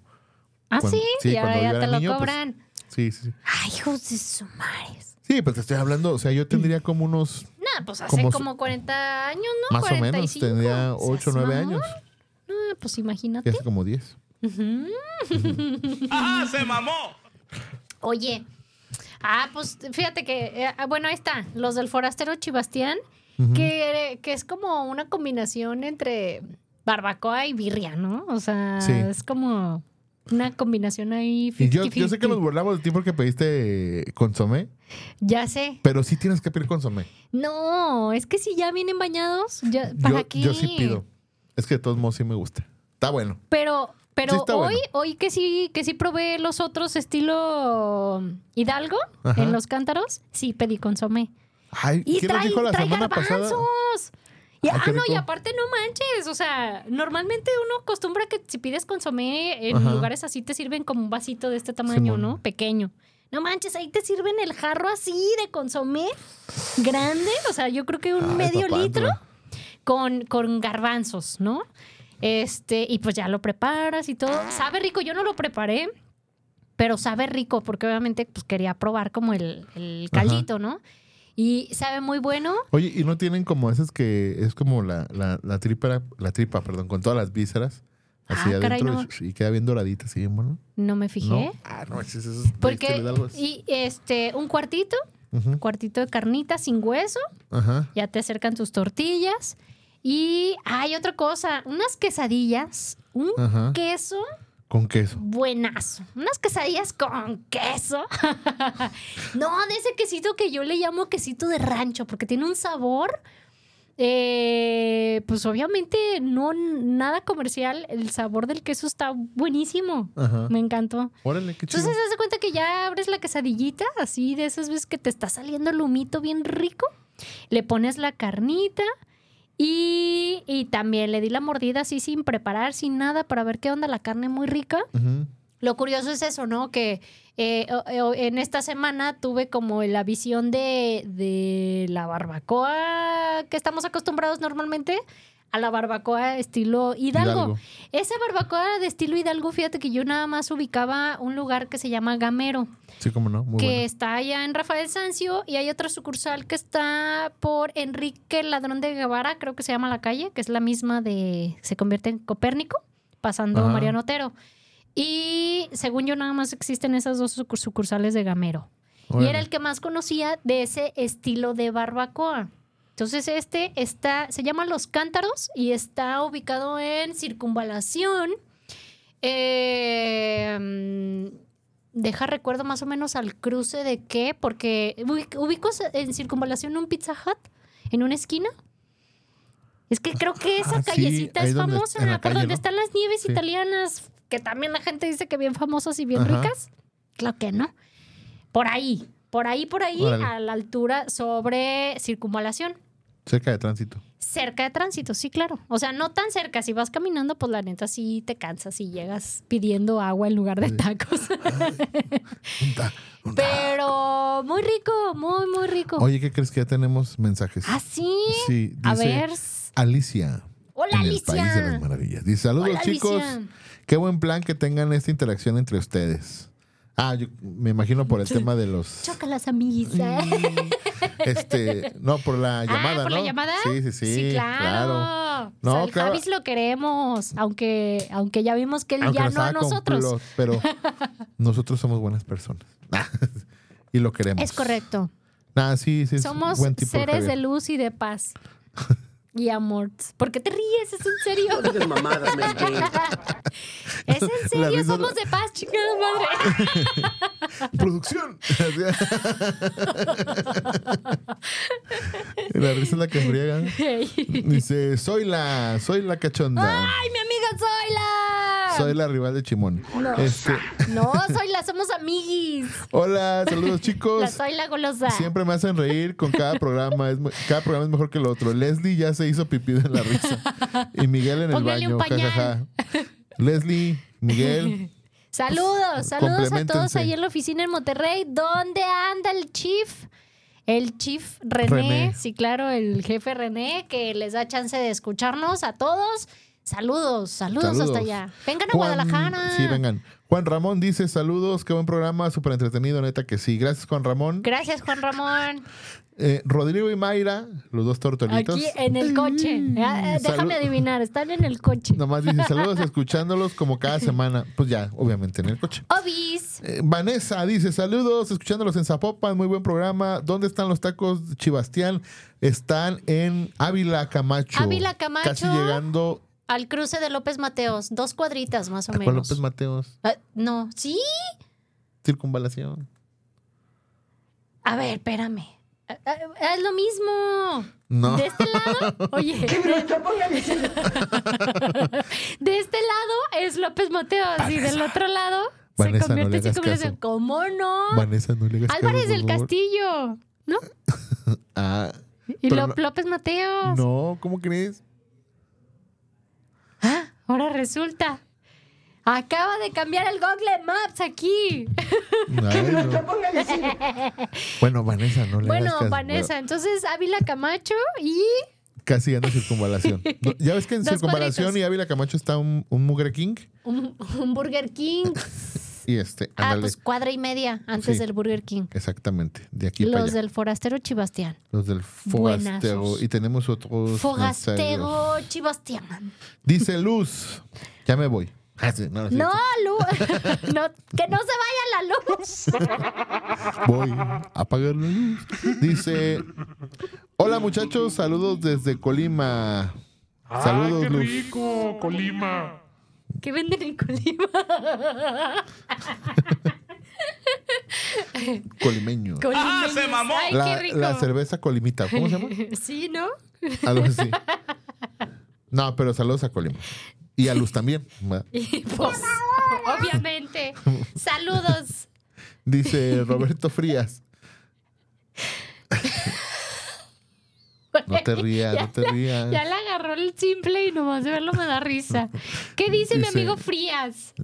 Speaker 5: Ah,
Speaker 2: Cuando-
Speaker 5: sí.
Speaker 2: sí,
Speaker 5: y ahora
Speaker 2: cuando yo
Speaker 5: ya
Speaker 2: era
Speaker 5: te lo
Speaker 2: niño, pues-
Speaker 5: cobran.
Speaker 2: Sí, sí, sí.
Speaker 5: Ay, hijos de su madre.
Speaker 2: Sí, pero te estoy hablando. O sea, yo tendría como unos.
Speaker 5: Nah, pues hace
Speaker 2: Como
Speaker 5: como,
Speaker 2: su-
Speaker 5: 40 años, ¿no?
Speaker 2: Más o menos.
Speaker 5: 45.
Speaker 2: Tendría
Speaker 5: O sea,
Speaker 2: 8 o
Speaker 5: es
Speaker 2: 9
Speaker 5: mamón.
Speaker 2: años.
Speaker 5: Ah, pues
Speaker 2: Y
Speaker 5: imagínate.
Speaker 2: hace como 10.
Speaker 5: Ujú.
Speaker 4: ¡Ah, se mamó!
Speaker 5: Oye. Ah, pues fíjate que, eh, ah, bueno, ahí está, los del forastero Chibastián,
Speaker 2: Ujú.
Speaker 5: que, que es como una combinación entre barbacoa y birria, ¿no? O sea,
Speaker 2: Sí.
Speaker 5: es como una combinación ahí.
Speaker 2: Y yo, yo sé que
Speaker 5: 50-50.
Speaker 2: nos burlamos de ti porque pediste eh, consomé,
Speaker 5: Ya sé.
Speaker 2: pero sí tienes que pedir consomé.
Speaker 5: No, es que si ya vienen bañados, ya, ¿para
Speaker 2: Yo,
Speaker 5: qué?
Speaker 2: yo sí pido. Es que de todos modos sí me gusta. Está bueno.
Speaker 5: Pero, pero
Speaker 2: Sí está
Speaker 5: hoy,
Speaker 2: bueno.
Speaker 5: hoy que sí, que sí probé los otros estilo Hidalgo
Speaker 2: Ajá.
Speaker 5: en los cántaros, sí pedí consomé.
Speaker 2: Ay,
Speaker 5: Y
Speaker 2: ¿quién nos
Speaker 5: trae,
Speaker 2: dijo la
Speaker 5: trae
Speaker 2: semana pasada?
Speaker 5: garbanzos. Y,
Speaker 2: Ah,
Speaker 5: ah,
Speaker 2: qué
Speaker 5: no, y
Speaker 2: rico.
Speaker 5: aparte no manches. O sea, normalmente uno acostumbra que si pides consomé en
Speaker 2: Ajá.
Speaker 5: lugares así te sirven como un vasito de este tamaño,
Speaker 2: Simón.
Speaker 5: ¿no? Pequeño. No manches, ahí te sirven el jarro así de consomé grande. O sea, yo creo que un
Speaker 2: Ay,
Speaker 5: medio
Speaker 2: Ah, papá,
Speaker 5: litro
Speaker 2: Andrea.
Speaker 5: con, con garbanzos, ¿no? Este, y pues ya lo preparas y todo. Sabe rico, yo no lo preparé, pero sabe rico, porque obviamente pues, quería probar como el, el
Speaker 2: Ajá.
Speaker 5: caldito, ¿no? Y sabe muy bueno.
Speaker 2: Oye, ¿y no tienen como esas que es como la, la, la tripa, la tripa, perdón, con todas las vísceras? Así
Speaker 5: Ah, caray,
Speaker 2: adentro y- y queda bien doradita, así bien bueno.
Speaker 5: No me
Speaker 2: ¿No?
Speaker 5: fijé.
Speaker 2: Ah, no, es eso. es-
Speaker 5: Porque,
Speaker 2: este, le da algo así.
Speaker 5: y este, un cuartito,
Speaker 2: Ujú,
Speaker 5: cuartito de carnita sin hueso,
Speaker 2: Ajá.
Speaker 5: ya te acercan tus tortillas. Y hay otra cosa, unas quesadillas, un
Speaker 2: Ajá.
Speaker 5: queso
Speaker 2: Con queso.
Speaker 5: buenazo. Unas quesadillas con queso. no, de ese quesito que yo le llamo quesito de rancho, porque tiene un sabor. eh, pues obviamente no nada comercial. El sabor del queso está buenísimo.
Speaker 2: Ajá.
Speaker 5: Me encantó.
Speaker 2: Órale, qué chido.
Speaker 5: Entonces, ¿se das cuenta que ya abres la quesadillita? Así de esas veces que te está saliendo el humito bien rico. Le pones la carnita y, y también le di la mordida así sin preparar, sin nada, para ver qué onda. La carne muy rica.
Speaker 2: Ujú.
Speaker 5: Lo curioso es eso, ¿no? Que eh, o- o- en esta semana tuve como la visión de, de la barbacoa que estamos acostumbrados normalmente a la barbacoa estilo Hidalgo.
Speaker 2: Hidalgo.
Speaker 5: Esa barbacoa de estilo Hidalgo, fíjate que yo nada más ubicaba un lugar que se llama Gamero,
Speaker 2: Sí, como no. Muy
Speaker 5: que
Speaker 2: bueno.
Speaker 5: está allá en Rafael Sancio y hay otra sucursal que está por Enrique Ladrón de Guevara, creo que se llama la calle, que es la misma de se convierte en Copérnico, pasando
Speaker 2: Ajá.
Speaker 5: Mariano Otero. Y según yo nada más existen esas dos sucur- sucursales de Gamero. Y
Speaker 2: Órale.
Speaker 5: era el que más conocía de ese estilo de barbacoa. Entonces este está, se llama Los Cántaros y está ubicado en Circunvalación. Eh, mm, deja recuerdo más o menos al cruce de qué, porque ubi- ubico se- en Circunvalación un Pizza Hut en una esquina. Es que creo que esa
Speaker 2: Ah, sí,
Speaker 5: callecita
Speaker 2: ahí
Speaker 5: es
Speaker 2: donde-
Speaker 5: famosa,
Speaker 2: en la
Speaker 5: por
Speaker 2: calle,
Speaker 5: donde
Speaker 2: ¿no?
Speaker 5: están las nieves
Speaker 2: Sí.
Speaker 5: italianas, que también la gente dice que bien famosas y bien
Speaker 2: Ajá.
Speaker 5: ricas. Claro que no. Por ahí, por ahí, por ahí,
Speaker 2: Órale.
Speaker 5: a la altura sobre circunvalación.
Speaker 2: Cerca de tránsito.
Speaker 5: Cerca de tránsito, sí, claro. O sea, no tan cerca. Si vas caminando, pues la neta sí te cansas y llegas pidiendo agua en lugar de tacos.
Speaker 2: Un ta- un ta-
Speaker 5: Pero muy rico, muy, muy rico.
Speaker 2: Oye, ¿qué crees que ya tenemos mensajes?
Speaker 5: ¿Ah, sí?
Speaker 2: Sí, dice
Speaker 5: a ver.
Speaker 2: Alicia.
Speaker 5: Hola,
Speaker 2: en el
Speaker 5: Alicia.
Speaker 2: país de las maravillas. Dice, saludos
Speaker 5: Hola,
Speaker 2: chicos.
Speaker 5: Alicia.
Speaker 2: Qué buen plan que tengan esta interacción entre ustedes. Ah, yo me imagino por el tema de los...
Speaker 5: Choca las amiguis. ¿eh?
Speaker 2: Este, no, por la llamada,
Speaker 5: ah, ¿por
Speaker 2: ¿no?
Speaker 5: la llamada?
Speaker 2: Sí, sí, sí.
Speaker 5: claro.
Speaker 2: No,
Speaker 5: O sea, al
Speaker 2: claro.
Speaker 5: Javis lo queremos, aunque, aunque ya vimos que él
Speaker 2: Aunque
Speaker 5: ya
Speaker 2: nos
Speaker 5: no a
Speaker 2: haga
Speaker 5: nosotros.
Speaker 2: complot, pero nosotros somos buenas personas. y lo queremos.
Speaker 5: Es correcto.
Speaker 2: Nah, sí, sí, es
Speaker 5: Somos
Speaker 2: buen tipo,
Speaker 5: seres
Speaker 2: Javier.
Speaker 5: de luz y de paz. Y amor. ¿Por qué te ríes? ¿Es en
Speaker 3: No
Speaker 5: serio?
Speaker 3: digas mamadas, Mary Jane.
Speaker 5: ¿Es en
Speaker 2: La
Speaker 5: serio?
Speaker 2: risa-
Speaker 5: Somos de paz, chingada madre.
Speaker 2: ¡Producción! la risa es la que friega. Dice, soy la, soy la cachonda.
Speaker 5: ¡Ay, mi amiga Zoila!
Speaker 2: Soy la rival de Chimón.
Speaker 5: No.
Speaker 2: Este,
Speaker 5: No, Zoila, somos amiguis.
Speaker 2: hola, saludos
Speaker 5: La
Speaker 2: chicos.
Speaker 5: Zoila golosa.
Speaker 2: Siempre me hacen reír con cada programa. Es, mu- cada programa es mejor que el otro. Leslie ya se hizo pipí de la risa. Y Miguel en el
Speaker 5: Póngale un
Speaker 2: baño. Ja, ja, ja. Leslie, Miguel.
Speaker 5: Saludos, saludos a todos
Speaker 2: compleméntense.
Speaker 5: ahí en la oficina en Monterrey. ¿Dónde anda el chief? El chief René,
Speaker 2: René.
Speaker 5: sí, claro, el jefe René, que les da chance de escucharnos a todos. Saludos, saludos,
Speaker 2: Saludos.
Speaker 5: hasta allá. Vengan a
Speaker 2: Juan-
Speaker 5: Guadalajara.
Speaker 2: Sí, vengan. Juan Ramón dice saludos, qué buen programa, súper entretenido, neta que sí. Gracias, Juan Ramón.
Speaker 5: Gracias, Juan Ramón.
Speaker 2: Eh, Rodrigo y Mayra, los dos tortolitos.
Speaker 5: Aquí en el coche. Ah, eh,
Speaker 2: Salud-
Speaker 5: Déjame adivinar, están en el coche.
Speaker 2: Nomás dice saludos, escuchándolos como cada semana. Pues ya, obviamente en el coche.
Speaker 5: Obis.
Speaker 2: Eh, Vanessa dice saludos, escuchándolos en Zapopan, muy buen programa. ¿Dónde están los tacos Chibastián? Están en Ávila Camacho.
Speaker 5: Ávila Camacho.
Speaker 2: Casi llegando
Speaker 5: Al cruce de López Mateos, dos cuadritas más o
Speaker 2: a Juan
Speaker 5: menos.
Speaker 2: López Mateos,
Speaker 5: Ah, no, sí.
Speaker 2: circunvalación.
Speaker 5: A ver, espérame. Ah, ah, Es lo mismo.
Speaker 2: No.
Speaker 5: ¿De este lado? Oye. de este lado es López Mateos y del otro lado
Speaker 2: Vanessa, no
Speaker 5: se
Speaker 2: le
Speaker 5: convierte en
Speaker 2: hagas
Speaker 5: circunvalación.
Speaker 2: caso.
Speaker 5: ¿Cómo no?
Speaker 2: Vanessa, no le hagas caso,
Speaker 5: Álvarez
Speaker 2: por
Speaker 5: del
Speaker 2: favor.
Speaker 5: Castillo, ¿no?
Speaker 2: Ah,
Speaker 5: Y
Speaker 2: Pero
Speaker 5: Lo-
Speaker 2: no-
Speaker 5: López Mateos.
Speaker 2: no, ¿cómo crees?
Speaker 5: Ah, ahora resulta. Acaba de cambiar el Google Maps aquí.
Speaker 2: Ay, no. Bueno, Vanessa, no le hagas
Speaker 5: bueno,
Speaker 2: caso.
Speaker 5: Vanessa, entonces Ávila Camacho y
Speaker 2: Casi anda circunvalación. No, ya ves que en
Speaker 5: Dos
Speaker 2: circunvalación
Speaker 5: cuadritos.
Speaker 2: y Ávila Camacho está un, un Mugre King
Speaker 5: un, un Burger King.
Speaker 2: y este,
Speaker 5: Ah,
Speaker 2: ándale.
Speaker 5: pues cuadra y media antes
Speaker 2: Sí.
Speaker 5: del Burger King.
Speaker 2: Exactamente, de aquí para
Speaker 5: Los
Speaker 2: allá.
Speaker 5: del forastero Chibastián.
Speaker 2: Los del Fogastego.
Speaker 5: Buenazos.
Speaker 2: Y tenemos otros. notarios.
Speaker 5: Fogastego Chibastián.
Speaker 2: Dice Luz. Ya me voy. Ah, sí, no, no es
Speaker 5: No, luz. No, que no se vaya la luz.
Speaker 2: cierto. Voy a apagar la luz. Dice: Hola muchachos, saludos desde Colima.
Speaker 8: ¡Ah,
Speaker 2: Saludos,
Speaker 8: qué
Speaker 2: Luz.
Speaker 8: rico! Colima.
Speaker 5: Que venden en Colima.
Speaker 2: Colimeño.
Speaker 5: Colimeños.
Speaker 4: Ah, se mamó!
Speaker 5: Ay,
Speaker 2: la,
Speaker 5: qué rico.
Speaker 2: la cerveza colimita. ¿Cómo se llama?
Speaker 5: Sí, ¿no?
Speaker 2: Algo así. No, pero saludos a Colima. Y a Luz también. ¿verdad?
Speaker 5: Y pues, obviamente. Saludos.
Speaker 2: Dice Roberto Frías. No te rías,
Speaker 5: Ya
Speaker 2: no te
Speaker 5: la-
Speaker 2: rías.
Speaker 5: Ya la agarró el simple y nomás de verlo me da risa. ¿Qué dice, mi
Speaker 2: Dice-
Speaker 5: amigo Frías?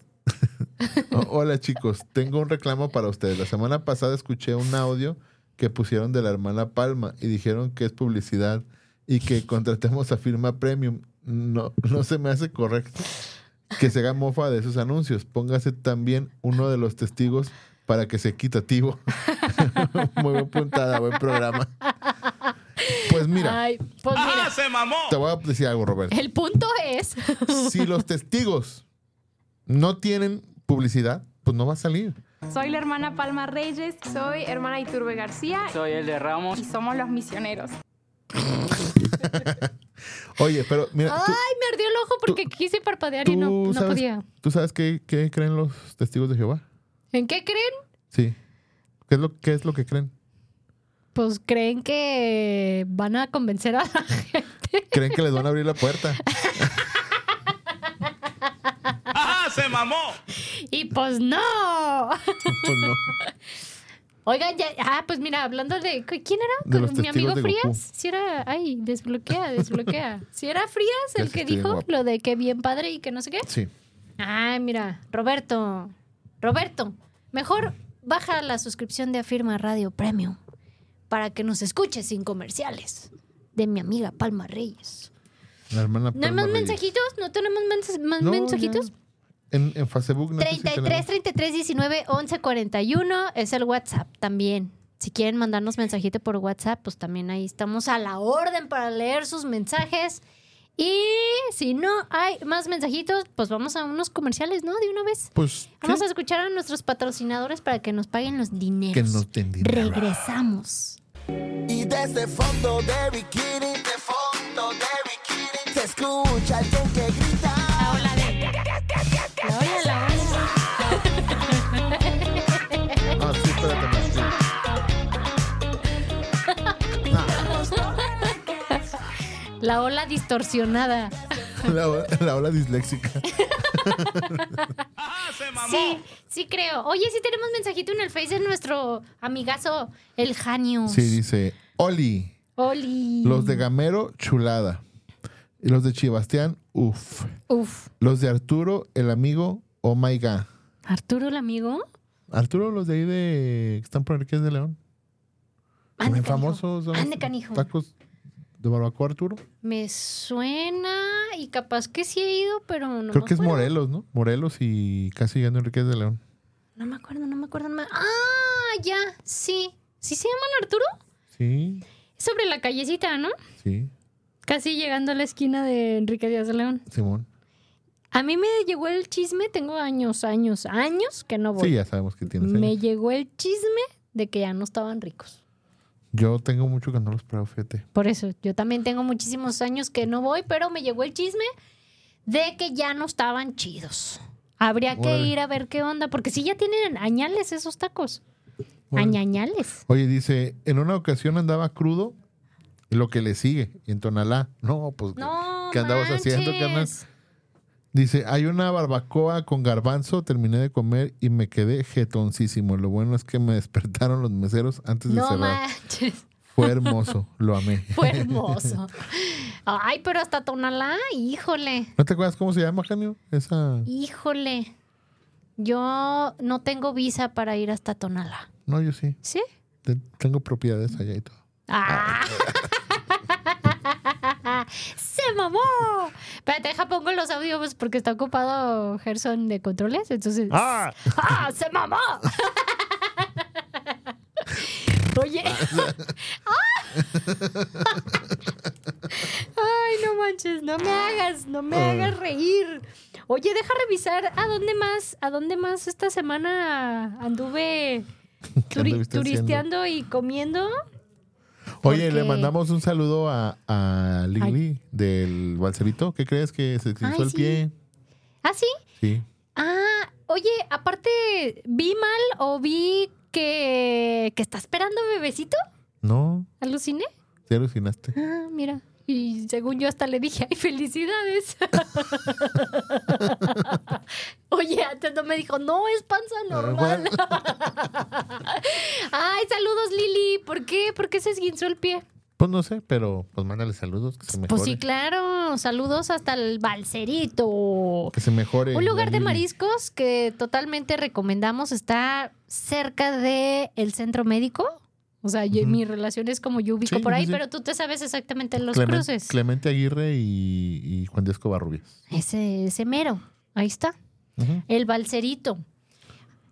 Speaker 2: O- Hola chicos, tengo un reclamo para ustedes. La semana pasada escuché un audio que pusieron de la hermana Palma y dijeron que es publicidad y que contratemos a firma premium. No, no se me hace correcto que se haga mofa de esos anuncios. Póngase también uno de los testigos para que sea equitativo. Muy buen puntada, buen programa. Pues mira,
Speaker 5: Ay, pues mira,
Speaker 4: ¡Ah, se mamó!
Speaker 2: te voy a decir algo, Roberto.
Speaker 5: el punto es.
Speaker 2: Si los testigos no tienen publicidad, pues no va a salir.
Speaker 9: Soy la hermana Palma Reyes, soy hermana Iturbe García
Speaker 10: Soy el de Ramos.
Speaker 9: y somos los misioneros.
Speaker 2: Oye, pero mira, tú-
Speaker 5: Ay, me ardió el ojo porque quise parpadear y
Speaker 2: ¿Tú
Speaker 5: no, no
Speaker 2: sabes,
Speaker 5: podía.
Speaker 2: ¿Tú sabes qué, qué creen los testigos de Jehová?
Speaker 5: ¿En qué creen?
Speaker 2: Sí. ¿Qué es lo, qué es lo que creen?
Speaker 5: Pues creen que van a convencer a la gente.
Speaker 2: Creen que les van a abrir la puerta.
Speaker 4: ¡Ah, se mamó!
Speaker 5: Y pues no.
Speaker 2: Pues no.
Speaker 5: Oigan, ya, ah, pues mira, hablando de. ¿Quién era?
Speaker 2: De los
Speaker 5: ¿Mi
Speaker 2: testigos
Speaker 5: amigo
Speaker 2: de
Speaker 5: Frías?
Speaker 2: Goku.
Speaker 5: Si era. Ay, desbloquea, desbloquea. si era Frías
Speaker 2: Ya
Speaker 5: el
Speaker 2: sé
Speaker 5: que
Speaker 2: que estoy
Speaker 5: dijo
Speaker 2: guapo.
Speaker 5: lo de que bien padre y que no sé qué.
Speaker 2: Sí.
Speaker 5: Ay, mira, Roberto. Roberto, mejor baja la suscripción de Afirma Radio Premium para que nos escuches sin comerciales. De mi amiga Palma Reyes.
Speaker 2: La hermana
Speaker 5: ¿No hay
Speaker 2: Palma
Speaker 5: más
Speaker 2: Reyes.
Speaker 5: mensajitos? ¿No tenemos mensa- más
Speaker 2: No,
Speaker 5: mensajitos?
Speaker 2: ya. En, en Facebook no sé si
Speaker 5: 33
Speaker 2: tenemos.
Speaker 5: 33 19 11 41 es el WhatsApp también. Si quieren mandarnos mensajito por WhatsApp, pues también ahí estamos a la orden para leer sus mensajes. Y si no hay más mensajitos, pues vamos a unos comerciales, ¿no? De una vez.
Speaker 2: Pues
Speaker 5: Vamos
Speaker 2: ¿qué?
Speaker 5: a escuchar a nuestros patrocinadores para que nos paguen los
Speaker 2: que
Speaker 5: dineros.
Speaker 2: no te entiendan.
Speaker 5: Regresamos.
Speaker 10: Y desde fondo de bikini, de fondo de bikini, se escucha alguien que grita.
Speaker 5: La ola, la ola.
Speaker 2: Ah, sí, espérate. no, sí.
Speaker 5: La ola distorsionada.
Speaker 2: La, ola- la ola disléxica.
Speaker 4: ¡Ah, se mamó!
Speaker 5: Sí, sí creo. Oye, sí tenemos mensajito en el Face de nuestro amigazo, el Janius.
Speaker 2: Sí, dice, Oli,
Speaker 5: Oli.
Speaker 2: los de Gamero, chulada. Y los de Chibastián, uff.
Speaker 5: Uf.
Speaker 2: Los de Arturo, el amigo, oh my god.
Speaker 5: ¿Arturo el amigo?
Speaker 2: Arturo, los de ahí de... que están por aquí, es de León.
Speaker 5: Ande,
Speaker 2: También
Speaker 5: Ah, canijo.
Speaker 2: famosos. son
Speaker 5: Ande, canijo.
Speaker 2: Tacos de barbacoa, Arturo.
Speaker 5: Me suena y capaz que sí he ido, pero no
Speaker 2: Creo
Speaker 5: me
Speaker 2: que es
Speaker 5: acuerdo.
Speaker 2: Morelos, ¿no? Morelos y casi llegando a Enriquez de León.
Speaker 5: No me acuerdo, no me acuerdo. no me- Ah, ya, sí. ¿Sí se llaman Arturo?
Speaker 2: Sí,
Speaker 5: Es Sobre la callecita, ¿no?
Speaker 2: sí,
Speaker 5: Casi llegando a la esquina de Enrique Díaz de León.
Speaker 2: Simón.
Speaker 5: A mí me llegó el chisme, tengo años, años, años que no voy.
Speaker 2: Sí, ya sabemos que tienes.
Speaker 5: me
Speaker 2: años.
Speaker 5: llegó el chisme de que ya no estaban ricos.
Speaker 2: Yo tengo mucho que no los pruebo, fíjate.
Speaker 5: Por eso, yo también tengo muchísimos años que no voy, pero me llegó el chisme de que ya no estaban chidos. Habría que
Speaker 2: Órale.
Speaker 5: ir a ver qué onda, porque sí ya tienen añales esos tacos.
Speaker 2: Órale.
Speaker 5: Añañales.
Speaker 2: Oye, dice, en una ocasión andaba crudo y lo que le sigue, en Tonalá. No, pues.
Speaker 5: No,
Speaker 2: ¿Qué andabas haciendo,
Speaker 5: manches.
Speaker 2: carnal? Pues Dice, hay una barbacoa con garbanzo, terminé de comer y me quedé jetoncísimo. Lo bueno es que me despertaron los meseros antes de
Speaker 5: No
Speaker 2: cerrar.
Speaker 5: manches,
Speaker 2: Fue hermoso, lo amé.
Speaker 5: fue hermoso. Ay, pero hasta Tonalá, híjole.
Speaker 2: ¿No te acuerdas cómo se llama, Janio? Esa.
Speaker 5: Híjole, yo no tengo visa para ir hasta Tonalá.
Speaker 2: No, yo sí.
Speaker 5: ¿Sí?
Speaker 2: Te- Tengo propiedades allá y todo.
Speaker 5: ¡Ah! ¡Se mamó! Espérate, deja pongo los audios porque está ocupado Gerson de controles. Entonces. ¡Ah! ¡Se mamó! Oye. Ah. ¡Ay, no manches! No me hagas, no me hagas reír. Oye, deja revisar a dónde más, a dónde más esta semana anduve
Speaker 2: ¿Qué
Speaker 5: turi-
Speaker 2: anduviste haciendo?
Speaker 5: turisteando y comiendo.
Speaker 2: Oye, le
Speaker 5: Porque-
Speaker 2: mandamos un saludo a, a Lili del Balcerito. ¿Qué crees que se deslizó
Speaker 5: Ay,
Speaker 2: el
Speaker 5: sí.
Speaker 2: pie?
Speaker 5: ¿Ah, sí?
Speaker 2: Sí.
Speaker 5: Ah, oye, aparte, ¿vi mal o vi que, que está esperando bebecito?
Speaker 2: No,
Speaker 5: ¿Aluciné?
Speaker 2: te alucinaste.
Speaker 5: Ah, mira. Y según yo hasta le dije, ¡ay, felicidades! oye, antes no me dijo, no, es panza
Speaker 2: Ah,
Speaker 5: normal. ¡Ay, saludos, Lili! ¿Por qué? ¿Por qué se esguinzó el pie?
Speaker 2: Pues no sé, pero pues mándale saludos, que se mejore.
Speaker 5: Pues sí, claro. Saludos hasta el balserito.
Speaker 2: Que se mejore.
Speaker 5: Un lugar
Speaker 2: la
Speaker 5: de
Speaker 2: Lili.
Speaker 5: mariscos que totalmente recomendamos está cerca de el centro médico. O sea, yo-
Speaker 2: Ujú.
Speaker 5: mi relación es como yo ubico
Speaker 2: Sí,
Speaker 5: por
Speaker 2: sí,
Speaker 5: ahí,
Speaker 2: sí.
Speaker 5: pero tú te sabes exactamente los
Speaker 2: Clemen-
Speaker 5: cruces.
Speaker 2: Clemente Aguirre y, y Juan Díaz Covarrubias.
Speaker 5: Ese, ese mero. Ahí está.
Speaker 2: Ujú.
Speaker 5: El balserito.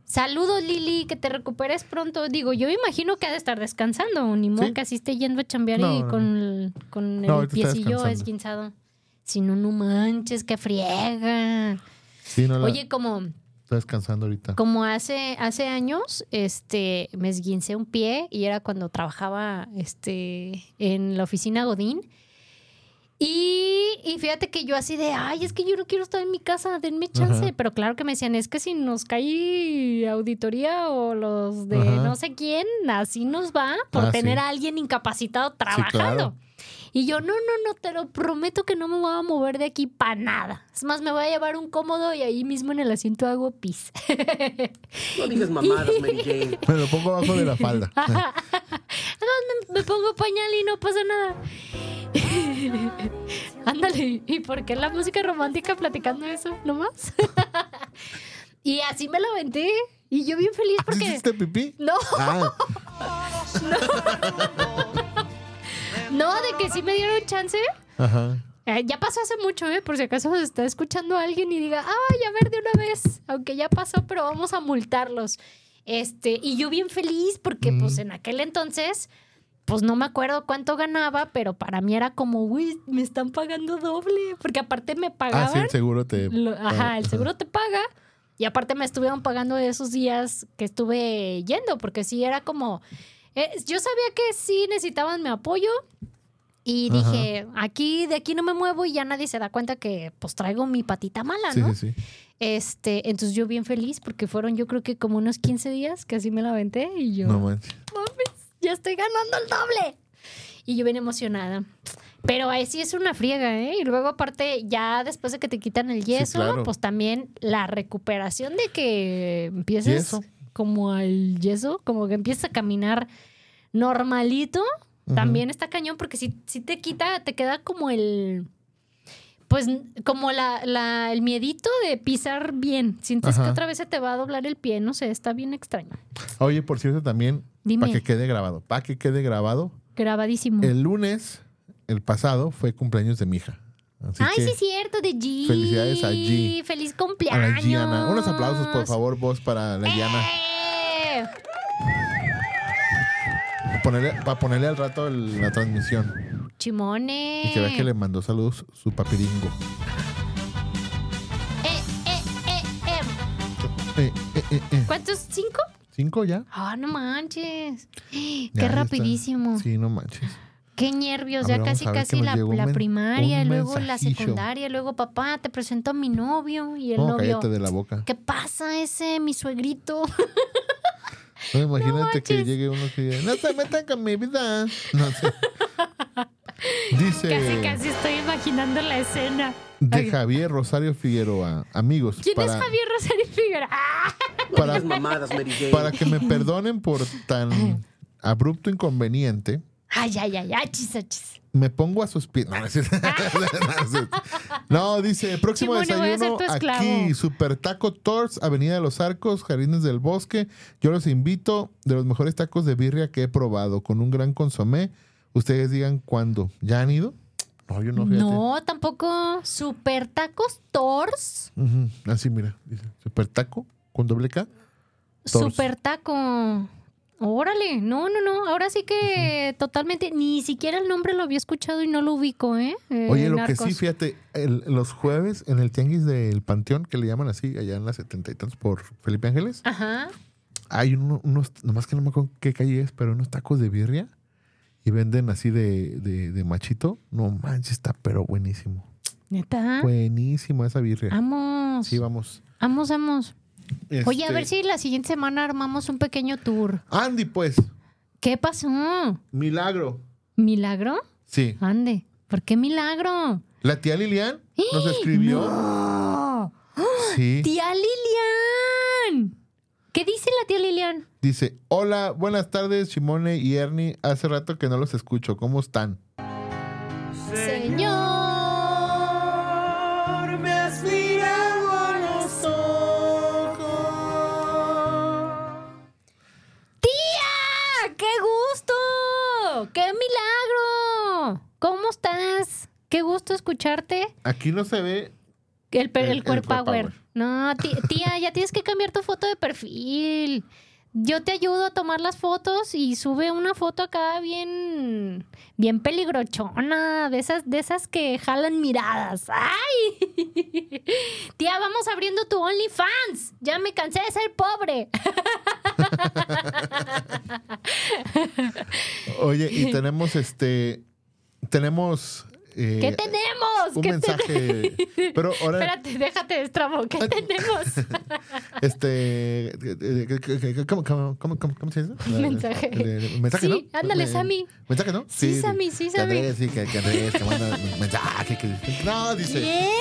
Speaker 5: Saludos, Lili, que te recuperes pronto. Digo, yo imagino que ha de estar descansando, ni modo
Speaker 2: Sí.
Speaker 5: que así esté yendo a chambear
Speaker 2: No,
Speaker 5: y
Speaker 2: no,
Speaker 5: con el, con
Speaker 2: No,
Speaker 5: el
Speaker 2: ahorita está
Speaker 5: piecillo
Speaker 2: descansando.
Speaker 5: esguinzado. Si no, no manches, que friega.
Speaker 2: Sí, no la
Speaker 5: Oye, como
Speaker 2: está descansando ahorita.
Speaker 5: Como hace, hace años, este, me esguincé un pie y era cuando trabajaba este, en la oficina Godín. Y, y fíjate que yo así de, ay, es que yo no quiero estar en mi casa, denme chance.
Speaker 2: Ajá.
Speaker 5: Pero claro que me decían, es que si nos cae auditoría o los de
Speaker 2: Ajá.
Speaker 5: no sé quién, así nos va por
Speaker 2: Ah, sí.
Speaker 5: tener a alguien incapacitado
Speaker 2: claro.
Speaker 5: trabajando. Y yo, no, no, no, te lo prometo que no me voy a mover de aquí para nada. Es más, me voy a llevar un cómodo y ahí mismo en el asiento hago pis.
Speaker 3: No digas mamadas, Mary Jane.
Speaker 2: Me lo pongo abajo de la falda.
Speaker 5: me pongo pañal y no pasa nada. Ándale, ¿y por qué la música romántica platicando eso nomás? y así me lo aventé. Y yo bien feliz
Speaker 2: ¿Ah, ¿Sí
Speaker 5: porque...
Speaker 2: ¿Hiciste pipí?
Speaker 5: No,
Speaker 2: Ah,
Speaker 5: no, de que sí me dieron chance.
Speaker 2: ajá. Ah,
Speaker 5: Eh, ya pasó hace mucho, ¿eh? Por si acaso está escuchando a alguien y diga, ay, a ver de una vez, aunque ya pasó, pero vamos a multarlos. Este, y yo bien feliz porque pues en aquel entonces, pues no me acuerdo cuánto ganaba, pero para mí era como, uy, me están pagando doble, porque aparte me
Speaker 2: Ah, sí,
Speaker 5: pagaban.
Speaker 2: el seguro te.
Speaker 5: lo-
Speaker 2: paga.
Speaker 5: ajá, el seguro te paga. Y aparte me estuvieron pagando esos días que estuve yendo, porque sí era como, eh, yo sabía que sí necesitaban mi apoyo. Y
Speaker 2: Ajá.
Speaker 5: dije, aquí, de aquí no me muevo y ya nadie se da cuenta que pues traigo mi patita mala,
Speaker 2: Sí,
Speaker 5: ¿no?
Speaker 2: sí, sí.
Speaker 5: Este, entonces yo bien feliz porque fueron yo creo que como unos 15 días que así me la aventé y yo
Speaker 2: No manches.
Speaker 5: ya estoy ganando el doble. Y yo bien emocionada. Pero ahí sí es una friega, ¿eh? Y luego aparte, ya después de que te quitan el yeso,
Speaker 2: claro.
Speaker 5: pues también la recuperación de que empieces
Speaker 2: Yeso.
Speaker 5: como al yeso, como que empieces a caminar normalito,
Speaker 2: Ujú.
Speaker 5: también está cañón porque si, si te quita, te queda como el... Pues como la, la- el miedito de pisar bien. Sientes que
Speaker 2: Ajá.
Speaker 5: otra vez se te va a doblar el pie, no sé, está bien extraño.
Speaker 2: Oye, por cierto, también,
Speaker 5: Dime.
Speaker 2: para que quede grabado, para que quede grabado,
Speaker 5: Grabadísimo.
Speaker 2: el lunes, el pasado, fue cumpleaños de mi hija. Así
Speaker 5: Ay,
Speaker 2: que,
Speaker 5: sí, es cierto, de G.
Speaker 2: felicidades a G.
Speaker 5: Feliz
Speaker 2: a la
Speaker 5: cumpleaños.
Speaker 2: Giana. Unos aplausos, por favor, vos, para la Giana.
Speaker 5: ¡Eh!
Speaker 2: Ponerle- para ponerle al rato el- la transmisión.
Speaker 5: Chimone.
Speaker 2: Y que vea que le mandó saludos su papiringo.
Speaker 5: Eh, eh, eh, eh.
Speaker 2: Eh, eh, eh, eh.
Speaker 5: ¿Cuántos? ¿Cinco?
Speaker 2: ¿Cinco ya?
Speaker 5: Ah, no manches.
Speaker 2: Ya,
Speaker 5: Qué
Speaker 2: ya está.
Speaker 5: rapidísimo.
Speaker 2: Sí, no manches.
Speaker 5: Qué nervios.
Speaker 2: A
Speaker 5: Ya
Speaker 2: ver, vamos
Speaker 5: casi,
Speaker 2: a ver que
Speaker 5: casi
Speaker 2: nos
Speaker 5: la,
Speaker 2: llegó un
Speaker 5: la
Speaker 2: men-
Speaker 5: primaria,
Speaker 2: un
Speaker 5: luego la
Speaker 2: mensajillo.
Speaker 5: secundaria, luego papá, te presento a mi novio y el
Speaker 2: No,
Speaker 5: novio.
Speaker 2: cállate de la boca.
Speaker 5: ¿Qué pasa ese, mi suegrito?
Speaker 2: No, imagínate que
Speaker 5: manches.
Speaker 2: llegue uno que diga, no se metan con mi vida. No sé. Dice
Speaker 5: Casi, casi estoy imaginando la escena.
Speaker 2: de Javier Rosario Figueroa, amigos,
Speaker 5: ¿Quién
Speaker 2: para,
Speaker 5: es Javier Rosario Figueroa? ¡Ah!
Speaker 3: No
Speaker 2: Para-
Speaker 3: digas mamadas, Mary Jane.
Speaker 2: para que me perdonen por tan abrupto inconveniente,
Speaker 5: Ay, ay, ay, achis, achis.
Speaker 2: me pongo a sus pies. No, no es cierto. No, dice, próximo
Speaker 5: Simone, voy a ser
Speaker 2: desayuno
Speaker 5: tu esclavo.
Speaker 2: aquí, Super Taco Tors, Avenida de los Arcos, Jardines del Bosque. Yo los invito de los mejores tacos de birria que he probado, con un gran consomé. Ustedes digan cuándo. ¿Ya han ido? No, yo no, fíjate.
Speaker 5: No, tampoco. Super tacos Tors.
Speaker 2: Ujú, Así, mira, dice, Super Taco con doble K. Tors.
Speaker 5: Super taco. Órale, no, no, no. Ahora sí que totalmente, ni siquiera el nombre lo había escuchado y no lo ubico, ¿eh? Eh,
Speaker 2: Oye, lo
Speaker 5: Narcos.
Speaker 2: que sí, fíjate, el- los jueves en el tianguis del Panteón, que le llaman así, allá en las setenta y tantos por Felipe Ángeles,
Speaker 5: Ajá.
Speaker 2: hay uno- unos, nomás que no me acuerdo qué calle es, pero unos tacos de birria y venden así de, de- de machito. No manches, está pero buenísimo.
Speaker 5: Neta.
Speaker 2: Buenísimo esa birria.
Speaker 5: Ah. Vamos.
Speaker 2: Sí, vamos.
Speaker 5: Vamos, vamos. Oye, a
Speaker 2: Este,
Speaker 5: ver si la siguiente semana armamos un pequeño tour.
Speaker 2: Andy, pues,
Speaker 5: ¿Qué pasó?
Speaker 2: milagro.
Speaker 5: ¿Milagro?
Speaker 2: Sí.
Speaker 5: Ande. ¿Por qué milagro?
Speaker 2: La tía Lilian nos escribió.
Speaker 5: ¡Eh! ¡No!
Speaker 2: Sí.
Speaker 5: ¡Tía Lilian! ¿Qué dice la tía Lilian?
Speaker 2: Dice, hola, buenas tardes, Simone y Ernie. Hace rato que no los escucho. ¿Cómo están?
Speaker 5: Señor,
Speaker 4: me has mirado a los ojos.
Speaker 5: ¡Tía! ¡Qué gusto! ¡Qué milagro! ¿Cómo estás? Qué gusto escucharte.
Speaker 2: Aquí no se ve.
Speaker 5: El,
Speaker 2: El-
Speaker 5: per- el,
Speaker 2: el
Speaker 5: Core
Speaker 2: Core
Speaker 5: Power.
Speaker 2: Power.
Speaker 5: No, ti- tía, ya tienes que cambiar tu foto de perfil. Yo te ayudo a tomar las fotos y sube una foto acá bien, bien peligrochona, de esas, de esas que jalan miradas. ¡Ay! Tía, vamos abriendo tu OnlyFans. Ya me cansé de ser pobre.
Speaker 2: Oye, y tenemos este. Tenemos. eh,
Speaker 5: ¿Qué tenemos?
Speaker 2: un
Speaker 5: ¿Qué
Speaker 2: mensaje. Pero ahora,
Speaker 5: Espérate, déjate de estrabo. ¿Qué tenemos?
Speaker 2: este. eh, eh, eh, ¿Cómo, cómo, cómo, cómo- cómo se dice?
Speaker 5: Mensaje.
Speaker 2: El, el, el mensaje,
Speaker 5: Sí,
Speaker 2: ¿no? Pues,
Speaker 5: ándale,
Speaker 2: El-
Speaker 5: Sammy.
Speaker 2: ¿Mensaje, no?
Speaker 5: Sí, Sammy, sí,
Speaker 2: Que
Speaker 5: Sammy.
Speaker 2: Andrés, sí, que, que Andrés, que manda un mensaje. que- no, dice.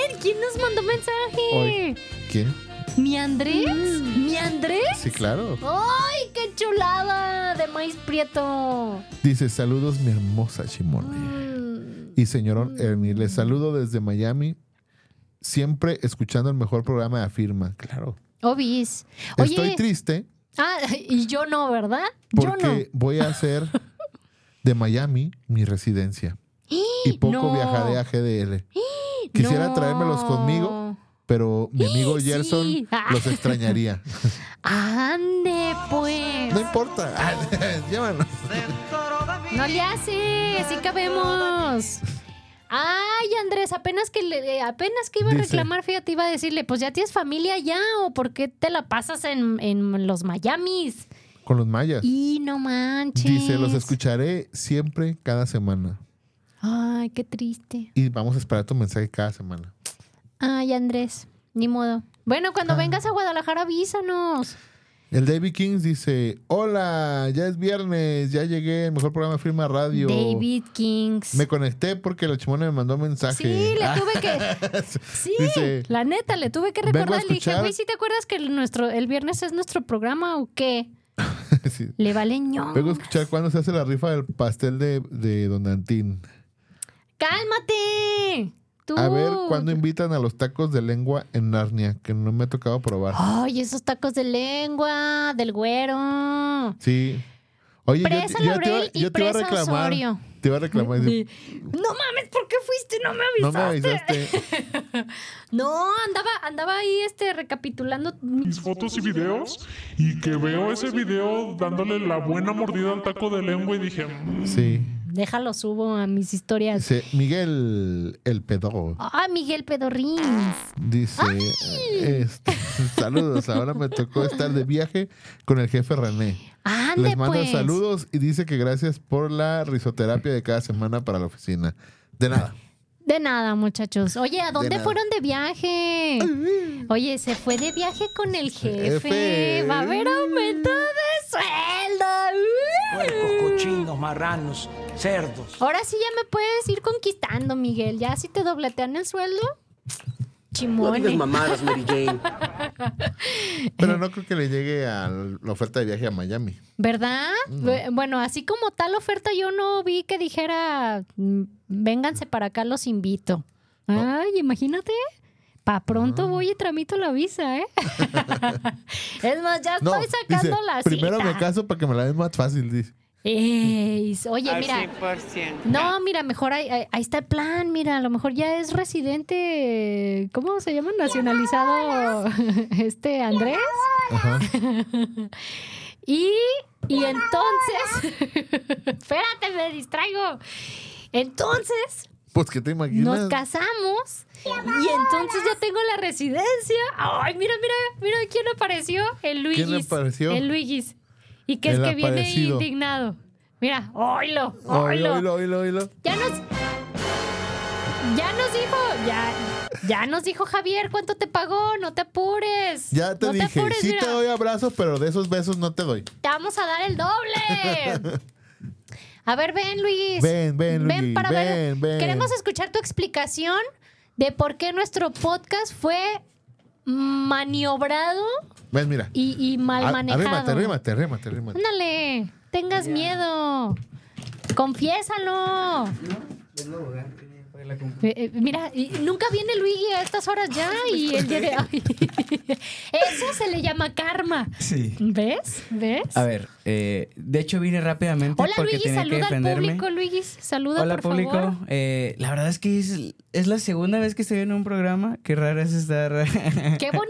Speaker 5: ¿Quién? ¿Quién nos mandó mensaje?
Speaker 2: Hoy. ¿Quién?
Speaker 5: ¿Mi Andrés? ¿Mi Andrés?
Speaker 2: Sí, claro.
Speaker 5: Mm. ¡Ay, qué chulada de maíz prieto!
Speaker 2: Dice, saludos, mi hermosa Chimone.
Speaker 5: Mm.
Speaker 2: Y señorón Ernie, les saludo desde Miami, siempre escuchando el mejor programa de Afirma. Claro.
Speaker 5: Obis. Oye,
Speaker 2: Estoy triste
Speaker 5: ah, y yo no, ¿verdad? Yo no.
Speaker 2: porque voy a hacer de Miami mi residencia. Y poco
Speaker 5: no.
Speaker 2: viajaré a GDL. Quisiera
Speaker 5: No.
Speaker 2: traérmelos conmigo, pero mi amigo Gerson
Speaker 5: Sí. Ah.
Speaker 2: los extrañaría.
Speaker 5: ¡Ande! pues.
Speaker 2: No importa. Ah, Llévanos.
Speaker 5: No le hace, sí cabemos. Ay, Andrés, apenas que le- eh, apenas que iba a
Speaker 2: Dice.
Speaker 5: reclamar, fíjate, iba a decirle, pues ya tienes familia ya, o por qué te la pasas en, en los Miamis.
Speaker 2: Con los mayas.
Speaker 5: Y no manches.
Speaker 2: Pues Dice, los escucharé siempre, cada semana.
Speaker 5: Ay, qué triste.
Speaker 2: Y vamos a esperar tu mensaje cada semana.
Speaker 5: Ay, Andrés, ni modo. Bueno,
Speaker 2: Ah.
Speaker 5: cuando vengas a Guadalajara, avísanos.
Speaker 2: El David Kings dice, hola, ya es viernes, ya llegué, el mejor programa de Firma Radio.
Speaker 5: David Kings.
Speaker 2: Me conecté porque la chimona me mandó un mensaje.
Speaker 5: Sí, le tuve que. Sí,
Speaker 2: Dice,
Speaker 5: la neta, le tuve que
Speaker 2: "Vengo a
Speaker 5: recordar. Le dije,
Speaker 2: escuchar-
Speaker 5: güey, ¿sí te acuerdas que el, nuestro, el viernes es nuestro programa o qué?
Speaker 2: sí.
Speaker 5: Le vale ño.
Speaker 2: Vengo a escuchar cuándo se hace la rifa del pastel de, de Don Antín.
Speaker 5: ¡Cálmate! Tú.
Speaker 2: A ver cuándo invitan a los tacos de lengua en Narnia, que no me ha tocado probar.
Speaker 5: Ay, esos tacos de lengua, del güero.
Speaker 2: Sí. Oye, yo te- yo,
Speaker 5: Presa
Speaker 2: te, iba-
Speaker 5: Laurel y
Speaker 2: yo te iba a
Speaker 5: presa
Speaker 2: reclamar.
Speaker 5: Osorio.
Speaker 2: Te iba a reclamar.
Speaker 5: Sí. No mames, ¿por qué fuiste? No me
Speaker 2: No me
Speaker 5: avisaste.
Speaker 2: avisaste.
Speaker 5: No, andaba, andaba ahí este recapitulando.
Speaker 8: mis fotos y videos y que veo ese video dándole la buena mordida al taco de lengua y dije, "Mm,
Speaker 2: Sí.
Speaker 5: Déjalo subo a mis historias.
Speaker 2: Dice, Miguel el pedo.
Speaker 5: Ah, Miguel Pedorrins.
Speaker 2: Dice, este, saludos, ahora me tocó estar de viaje con el jefe René.
Speaker 5: Ande,
Speaker 2: Les mando
Speaker 5: pues.
Speaker 2: saludos y dice que gracias por la risoterapia de cada semana para la oficina. De nada.
Speaker 5: De nada, muchachos. Oye, ¿a dónde
Speaker 2: nada. Mm.
Speaker 5: fueron de viaje? Oye, se fue de viaje con el jefe.
Speaker 2: Jefe.
Speaker 5: Va a haber aumento de
Speaker 2: Mm.
Speaker 3: Puercos,
Speaker 5: sueldo.
Speaker 3: cochinos, marranos, cerdos.
Speaker 5: Ahora sí ya me puedes ir conquistando, Miguel. Ya si te dobletean el sueldo.
Speaker 3: No digas
Speaker 5: Chimone.
Speaker 3: mamadas, Mary Jane.
Speaker 2: Pero no creo que le llegue a la oferta de viaje a Miami.
Speaker 5: ¿Verdad? Bu- Bueno, así como tal oferta, yo no vi que dijera, "Mm, vénganse para acá, los invito. Ay, imagínate. Pa'
Speaker 2: Ah.
Speaker 5: pronto voy y tramito la visa, ¿eh? es más, ya
Speaker 2: No,
Speaker 5: estoy sacando
Speaker 2: dice,
Speaker 5: la
Speaker 2: primero
Speaker 5: cita.
Speaker 2: me caso para que me la den más fácil, dice.
Speaker 5: Ey, oye, mira. No, mira, mejor ahí, ahí- ahí está el plan, mira, a lo mejor ya es residente, ¿cómo se llama? Nacionalizado este Andrés.
Speaker 2: Ajá.
Speaker 5: Y, y entonces, espérate, me distraigo. Entonces,
Speaker 2: Pues que te
Speaker 5: nos
Speaker 2: imaginas.
Speaker 5: casamos y entonces ya tengo la residencia. Ay, mira, mira, mira quién apareció. El Luigi.
Speaker 2: ¿Quién apareció?
Speaker 5: El Luigi. Y que es
Speaker 2: El
Speaker 5: que viene
Speaker 2: aparecido.
Speaker 5: indignado. Mira, oilo,
Speaker 2: Oilo,
Speaker 5: oilo.
Speaker 2: oilo, oilo, oilo.
Speaker 5: Ya nos. Ya nos dijo, ya, ya nos dijo Javier cuánto te pagó, no te apures.
Speaker 2: Ya te
Speaker 5: no
Speaker 2: dije,
Speaker 5: apures,
Speaker 2: sí
Speaker 5: mira.
Speaker 2: te doy abrazos, pero de esos besos no te doy.
Speaker 5: Te vamos a dar el doble. A ver, ven, Luis.
Speaker 2: Ven, ven, Luigi,
Speaker 5: para ver.
Speaker 2: ven, ven.
Speaker 5: Queremos escuchar tu explicación de por qué nuestro podcast fue maniobrado
Speaker 2: Ven, mira.
Speaker 5: y, y mal
Speaker 2: Ar-
Speaker 5: manejado.
Speaker 2: Arrímate, arrímate, arrímate, arrímate.
Speaker 5: Ándale, tengas miedo. Confiésalo. Eh, eh, mira, y nunca viene Luigi a estas horas ya y el día de hoy. Eso se le llama karma.
Speaker 11: Sí.
Speaker 5: ¿Ves? ¿Ves?
Speaker 11: A ver, eh, de hecho vine rápidamente
Speaker 5: Hola
Speaker 11: porque
Speaker 5: Luigi,
Speaker 11: tenía que
Speaker 5: saluda al
Speaker 11: defenderme.
Speaker 5: público, Luigi. Saluda
Speaker 11: Hola
Speaker 5: por
Speaker 11: público,
Speaker 5: favor.
Speaker 11: Eh, la verdad es que es, es la segunda vez que estoy en un programa, qué raro es estar...
Speaker 5: ¡Qué bonito!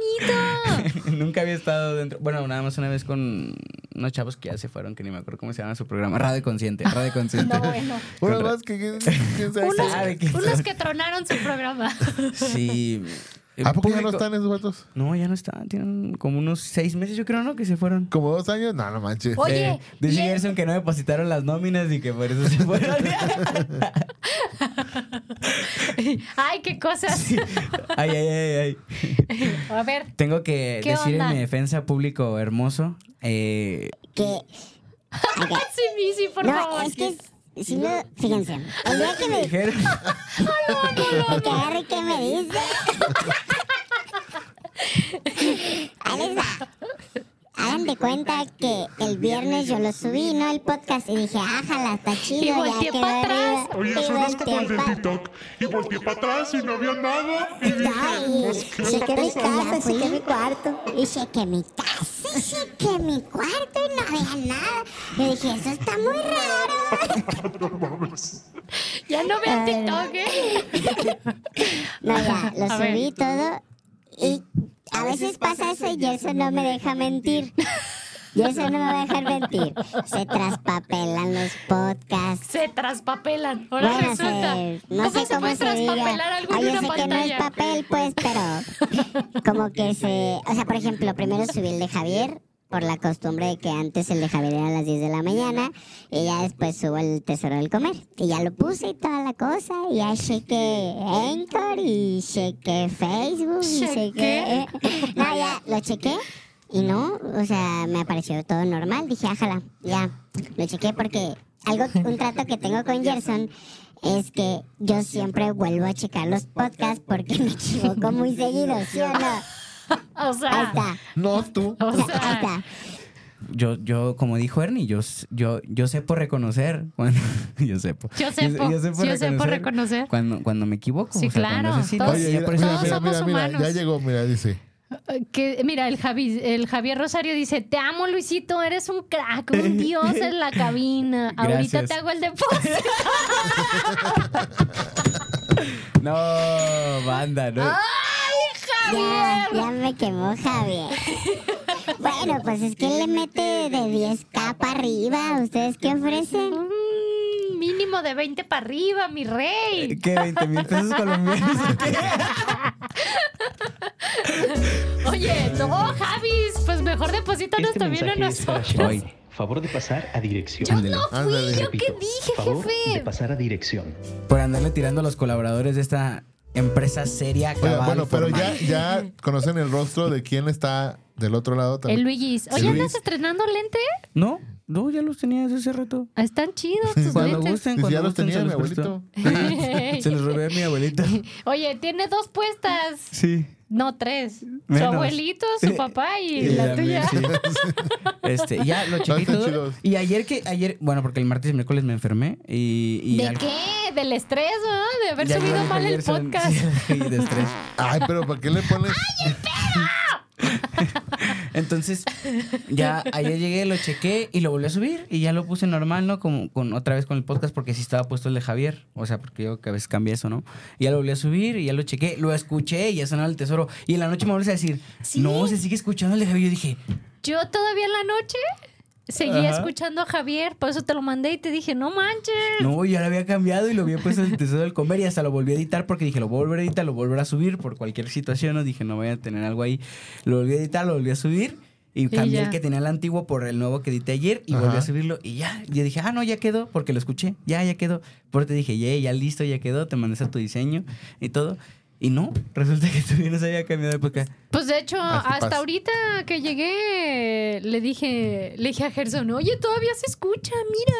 Speaker 11: Nunca había estado dentro, bueno, nada más una vez con unos chavos que ya se fueron, que ni me acuerdo cómo se llama su programa, Radio Consciente, Radio Consciente.
Speaker 5: No, bueno.
Speaker 2: Una
Speaker 11: Con ra-
Speaker 2: más que quién quién sabe.
Speaker 11: Una-
Speaker 5: Unos,
Speaker 11: sabe quién
Speaker 5: unos
Speaker 11: sabe.
Speaker 5: que tronaron su programa.
Speaker 11: Sí. eh,
Speaker 2: ¿A poco ya no
Speaker 11: público-
Speaker 2: están esos vatos?
Speaker 11: No, ya no están, tienen como unos seis meses yo creo, ¿no? Que se fueron.
Speaker 2: ¿Como dos años? No, no manches.
Speaker 5: Oye,
Speaker 11: Eh,
Speaker 5: y
Speaker 11: dice
Speaker 5: el-
Speaker 11: Gerson que no depositaron las nóminas y que por eso se fueron.
Speaker 5: Ay, qué cosas.
Speaker 11: ay, ay, ay, ay.
Speaker 5: A ver,
Speaker 11: Tengo que
Speaker 5: ¿Qué
Speaker 11: decir
Speaker 5: onda?
Speaker 11: en mi defensa público hermoso. eh,
Speaker 5: sí, Missy, por favor.
Speaker 10: Si no, fíjense, el día que me
Speaker 11: Ger-
Speaker 10: que agarre que me dice. Ahí les va. Hagan de cuenta que el viernes yo lo subí, ¿no? El podcast y dije, ájala, está chido,
Speaker 5: Y
Speaker 10: ya
Speaker 5: volteé
Speaker 10: quedó
Speaker 5: pa' atrás.
Speaker 10: arriba.
Speaker 8: oye,
Speaker 10: Y
Speaker 8: suenas como
Speaker 10: volteé
Speaker 8: el del
Speaker 10: pa'
Speaker 8: TikTok. Y volteé para atrás y no había nada. Y dije,
Speaker 10: Ay,
Speaker 8: pues, ¿qué está
Speaker 10: chequé mi
Speaker 8: pasando?
Speaker 10: casa, chequé mi cuarto. Y chequé mi casa, chequé mi cuarto y no había nada. Yo dije, eso está muy raro.
Speaker 8: No mames.
Speaker 5: Ya no vean TikTok, ¿eh?
Speaker 10: No, ya, lo
Speaker 5: A ver.
Speaker 10: subí todo. Y a veces pasa eso y Gerson no me deja mentir. Y eso no me va a dejar mentir. Se traspapelan los podcasts.
Speaker 5: Se traspapelan. Ahora
Speaker 10: Bueno,
Speaker 5: resulta.
Speaker 10: se- no
Speaker 5: ¿Cómo
Speaker 10: sé
Speaker 5: se
Speaker 10: cómo
Speaker 5: puede
Speaker 10: se diga.
Speaker 5: traspapelar algo
Speaker 10: Ay,
Speaker 5: en
Speaker 10: yo
Speaker 5: una
Speaker 10: sé que no es
Speaker 5: pantalla?
Speaker 10: papel, pues, pero como que se... O sea, por ejemplo, primero subí el de Javier por la costumbre de que antes el de Javier era a las 10 de la mañana y ya después subo el Tesoro del Comer. Y ya lo puse y toda la cosa y ya chequé Anchor y chequé Facebook y chequé... eh,
Speaker 5: Chequé.
Speaker 10: No, ya lo chequé y no, o sea, me apareció todo normal. Dije, ájala, ya. Lo chequé porque algo, un trato que tengo con Gerson es que yo siempre vuelvo a checar los podcasts porque me equivoco muy seguido, ¿sí o no?
Speaker 5: O
Speaker 10: Ahí
Speaker 5: sea,
Speaker 10: está.
Speaker 2: No tú.
Speaker 5: o
Speaker 10: Ahí
Speaker 5: sea,
Speaker 10: está.
Speaker 11: Yo, yo, como dijo Ernie, yo, s- yo, yo sé por reconocer. Cuando, yo sé por,
Speaker 5: yo sé por, yo sé por reconocer.
Speaker 11: Cuando, cuando me equivoco.
Speaker 5: Sí,
Speaker 11: o sea, cuando
Speaker 5: claro.
Speaker 11: es así,
Speaker 5: Todos-
Speaker 11: ya por eso-
Speaker 5: todos somos humanos. Eh,
Speaker 2: ya llegó, mira, dice.
Speaker 5: Que, mira, el, Javi, el Javier Rosario dice, te amo Luisito, eres un crack, un dios en la cabina. Ahorita
Speaker 11: Gracias.
Speaker 5: te hago el depósito.
Speaker 11: No, banda, no.
Speaker 10: Ya, ya me quemó Javier. Bueno, pues es que él le mete de 10k para arriba. ¿Ustedes qué ofrecen?
Speaker 5: Mm, mínimo de 20 para arriba, mi rey.
Speaker 11: ¿Qué? ¿20 mil pesos colombianos?
Speaker 5: Oye, no, Javis, pues mejor
Speaker 11: este
Speaker 12: Este
Speaker 5: deposítanos también a nosotros.
Speaker 11: Hoy.
Speaker 12: Favor de pasar a dirección.
Speaker 5: Yo no fui,
Speaker 2: Ándale.
Speaker 5: yo qué dije,
Speaker 12: Favor de
Speaker 5: jefe.
Speaker 12: pasar a dirección.
Speaker 11: Por andarle tirando a los colaboradores de esta empresa seria
Speaker 2: Oiga,
Speaker 11: cabal,
Speaker 2: bueno, pero ya,
Speaker 11: formal.
Speaker 2: ya conocen el rostro de quién está del otro lado
Speaker 5: El
Speaker 2: también.
Speaker 5: Luigis.
Speaker 2: El
Speaker 5: Oye, ¿andas
Speaker 2: Luis.
Speaker 5: estrenando lente?
Speaker 11: No, no, ya los tenía desde hace rato.
Speaker 5: Ah, Están chidos tus
Speaker 11: Cuando
Speaker 5: lentes.
Speaker 11: gusten,
Speaker 2: Pues
Speaker 11: cuando
Speaker 2: ya los
Speaker 11: gusten,
Speaker 2: tenía
Speaker 11: se
Speaker 2: mi
Speaker 11: prestó.
Speaker 5: abuelito.
Speaker 11: se los robé a mi abuelita.
Speaker 5: Oye, tiene dos puestas.
Speaker 11: Sí.
Speaker 5: No, tres. Su
Speaker 11: Menos.
Speaker 5: abuelito, su papá y
Speaker 11: Y
Speaker 5: la
Speaker 11: la mía,
Speaker 5: tuya.
Speaker 11: sí. Este, ya lo chequé y
Speaker 2: Están
Speaker 11: todo.
Speaker 2: chidos.
Speaker 11: Y ayer que, ayer, bueno, porque el martes y miércoles me enfermé y. y
Speaker 5: ¿De
Speaker 11: al-
Speaker 5: qué? ¿Del estrés, no? De haber
Speaker 11: ya
Speaker 5: subido
Speaker 11: llevo
Speaker 5: mal el
Speaker 11: ayer,
Speaker 5: podcast.
Speaker 11: sí, de estrés.
Speaker 2: Ay, pero ¿para qué le pones?
Speaker 11: Entonces, ya ayer llegué, lo chequé y lo volví a subir y ya lo puse normal, ¿no? Como con otra vez con el podcast porque sí estaba puesto el de Javier, o sea, porque yo que a veces cambia eso, ¿no? Y ya lo volví a subir y ya lo chequé, lo escuché y ya sonaba el tesoro y en la noche me volviste a decir,
Speaker 5: Sí.
Speaker 11: "No, se sigue escuchando el de Javier." Yo dije,
Speaker 5: Yo todavía en la noche seguía
Speaker 11: Ajá.
Speaker 5: escuchando a Javier, por eso te lo mandé y te dije, no manches.
Speaker 11: "No, ya lo había cambiado y lo había puesto en el tesoro del comer y hasta lo volví a editar porque dije, lo voy a volver a editar, lo voy a volver a subir por cualquier situación, no dije, no voy a tener algo ahí." Lo volví a editar, lo volví a subir. Y cambié
Speaker 5: ya.
Speaker 11: el que tenía el antiguo por el nuevo que edité ayer y volví
Speaker 2: Ajá.
Speaker 11: a subirlo y ya. Yo dije, ah, no, ya quedó, porque lo escuché, ya, ya quedó. Pero te dije, ya, ya listo, ya quedó, te mandé a tu diseño y todo. Y no, resulta que tú no se había cambiado de época.
Speaker 5: Pues de hecho,
Speaker 2: Así
Speaker 5: hasta
Speaker 2: pasa.
Speaker 5: ahorita que llegué, le dije, le dije a Gerson, oye, todavía se escucha,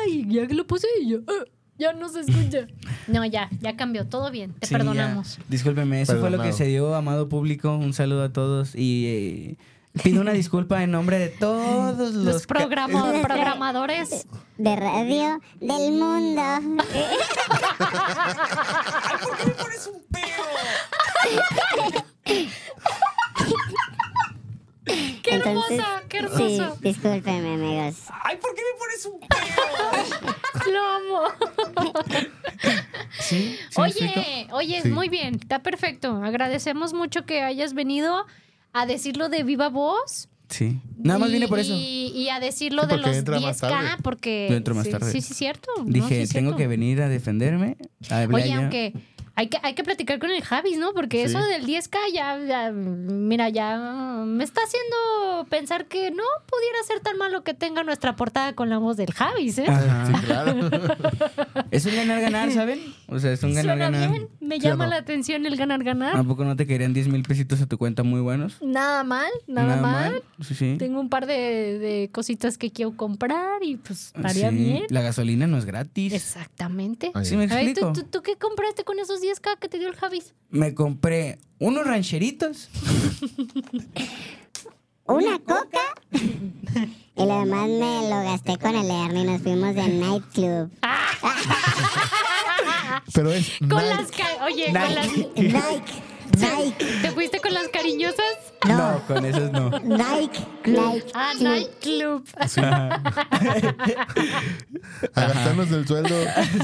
Speaker 5: mira, y ya que lo puse y yo, "Ah, ya no se escucha. no, ya, ya cambió, todo bien, te
Speaker 11: Sí,
Speaker 5: perdonamos.
Speaker 11: ya. Discúlpeme, eso fue lo que
Speaker 2: Perdonado.
Speaker 11: se dio, amado público. Un saludo a todos y eh, pido una disculpa en nombre de todos los,
Speaker 5: Los
Speaker 11: ca-
Speaker 5: programa-
Speaker 10: eh,
Speaker 5: programadores.
Speaker 10: De radio del mundo.
Speaker 4: Ay, ¿por qué me pones un pedo?
Speaker 5: ¡Qué hermosa!
Speaker 10: Entonces,
Speaker 5: ¡Qué hermoso!
Speaker 10: Sí, discúlpenme, amigos.
Speaker 4: Ay, ¿por qué me pones un pedo?
Speaker 5: Lo amo.
Speaker 11: Sí, sí, me explico.
Speaker 5: Oye, oye,
Speaker 2: Sí.
Speaker 5: muy bien, está perfecto. Agradecemos mucho que hayas venido a decirlo de viva voz.
Speaker 11: Sí. Nada más
Speaker 5: y-
Speaker 11: vine por eso.
Speaker 5: Y, y a decirlo
Speaker 2: Sí,
Speaker 5: de
Speaker 2: porque
Speaker 5: los
Speaker 2: entra más
Speaker 5: 10K,
Speaker 2: tarde.
Speaker 5: porque.
Speaker 11: Yo entro más
Speaker 5: sí,
Speaker 11: tarde.
Speaker 5: Sí, sí, cierto. ¿no?
Speaker 11: Dije,
Speaker 5: Sí, es
Speaker 11: tengo
Speaker 5: cierto.
Speaker 11: que venir a defenderme. a hablar
Speaker 5: Oye,
Speaker 11: ya".
Speaker 5: aunque. Hay que, hay que platicar con el Javis, ¿no? Porque
Speaker 2: Sí.
Speaker 5: eso del 10K ya, ya, mira, ya me está haciendo pensar que no pudiera ser tan malo que tenga nuestra portada con la voz del Javis, ¿eh?
Speaker 11: Ajá.
Speaker 2: Sí, claro.
Speaker 11: Es un ganar-ganar, ¿saben? O sea, es un Ah.
Speaker 5: Suena
Speaker 11: ganar-ganar.
Speaker 5: bien, me
Speaker 2: ¿Sí o
Speaker 5: llama
Speaker 2: no?
Speaker 5: la atención el ganar-ganar.
Speaker 11: ¿A poco no te querían 10 mil pesitos a tu cuenta muy buenos?
Speaker 5: Nada mal, nada, mal.
Speaker 11: Sí, sí.
Speaker 5: Tengo un par de, de cositas que quiero comprar y pues estaría
Speaker 11: Ah, Sí,
Speaker 5: bien.
Speaker 11: La gasolina no es gratis.
Speaker 5: Exactamente.
Speaker 2: Ay,
Speaker 11: ¿Sí me
Speaker 5: A ver,
Speaker 11: explico?
Speaker 5: ¿tú, tú, tú qué compraste con esos 10K que te dio el Javis?
Speaker 11: Me compré unos rancheritos.
Speaker 10: Una coca. Y lo demás me lo gasté con el Ernie. Nos fuimos de nightclub.
Speaker 2: Pero es.
Speaker 5: Con
Speaker 2: Nike.
Speaker 5: las ca- Oye, con las.
Speaker 10: Nike. Nike.
Speaker 5: ¿Te fuiste con las cariñosas?
Speaker 11: No. con esos no.
Speaker 10: Nike. Nike.
Speaker 5: Ah,
Speaker 10: Club.
Speaker 5: nightclub.
Speaker 2: A gastarnos el sueldo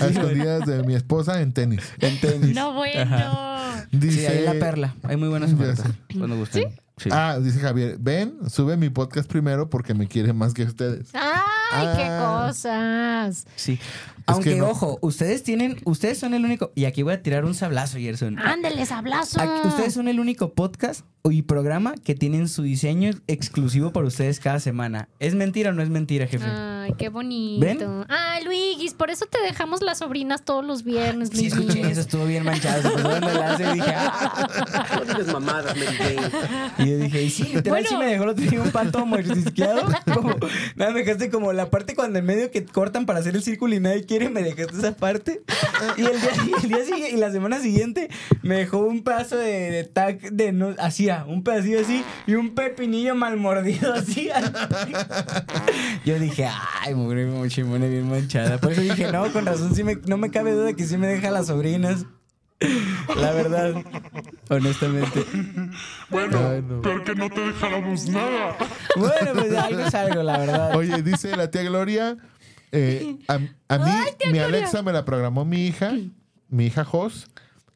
Speaker 2: a escondidas de mi esposa en tenis.
Speaker 11: En tenis.
Speaker 5: No, bueno.
Speaker 11: Sí,
Speaker 2: Dice.
Speaker 11: ahí en la perla. Hay muy buenas
Speaker 2: Ya
Speaker 11: ofertas. Pues
Speaker 2: sé.
Speaker 11: Cuando gusten.
Speaker 2: Sí. Ah, dice Javier, ven, sube mi podcast primero porque me quiere más que ustedes.
Speaker 5: ¡Ay,
Speaker 2: Ah.
Speaker 5: qué cosas!
Speaker 11: Sí. Aunque,
Speaker 2: que no-
Speaker 11: ojo, ustedes tienen, ustedes son el único, y aquí voy a tirar un sablazo, Gerson.
Speaker 5: Ándeles, abrazo.
Speaker 11: Aquí- ustedes son el único podcast y programa que tienen su diseño exclusivo para ustedes cada semana. ¿Es mentira o no es mentira, jefe?
Speaker 5: Ay, qué bonito.
Speaker 11: ¿Ven?
Speaker 5: Ay, Luigis, por eso te dejamos las sobrinas todos los viernes,
Speaker 11: Sí,
Speaker 5: Luigis.
Speaker 11: escuché eso, estuvo bien manchado. Pues Se puso dando enlace y dije, ah.
Speaker 3: No digas mamadas, Mary Jane.
Speaker 11: Y yo dije, y sí, literal,
Speaker 5: Bueno.
Speaker 11: sí me dejó lo tenía un pato mordisqueado. Como, nada, me dejaste como la parte cuando en medio que cortan para hacer el círculo y nadie quiere, me dejaste esa parte. Y el día, y el día sigue- y la semana siguiente me dejó un pedazo de, de tac de no, hacía, un pedacillo así y un pepinillo mal mordido así. Yo dije, ay, mugre, chimone bien manchada. Por eso dije, no, con razón, sí me, no me cabe duda que sí me deja las sobrinas. La verdad, honestamente.
Speaker 8: Bueno,
Speaker 11: Ay, no.
Speaker 8: peor que no te dejáramos nada.
Speaker 11: Bueno, pues algo es algo, la verdad.
Speaker 2: Oye, dice la tía Gloria, eh, a, a mí,
Speaker 5: Ay, tía
Speaker 2: mi
Speaker 5: Gloria.
Speaker 2: Alexa me la programó mi hija, mi hija Jos,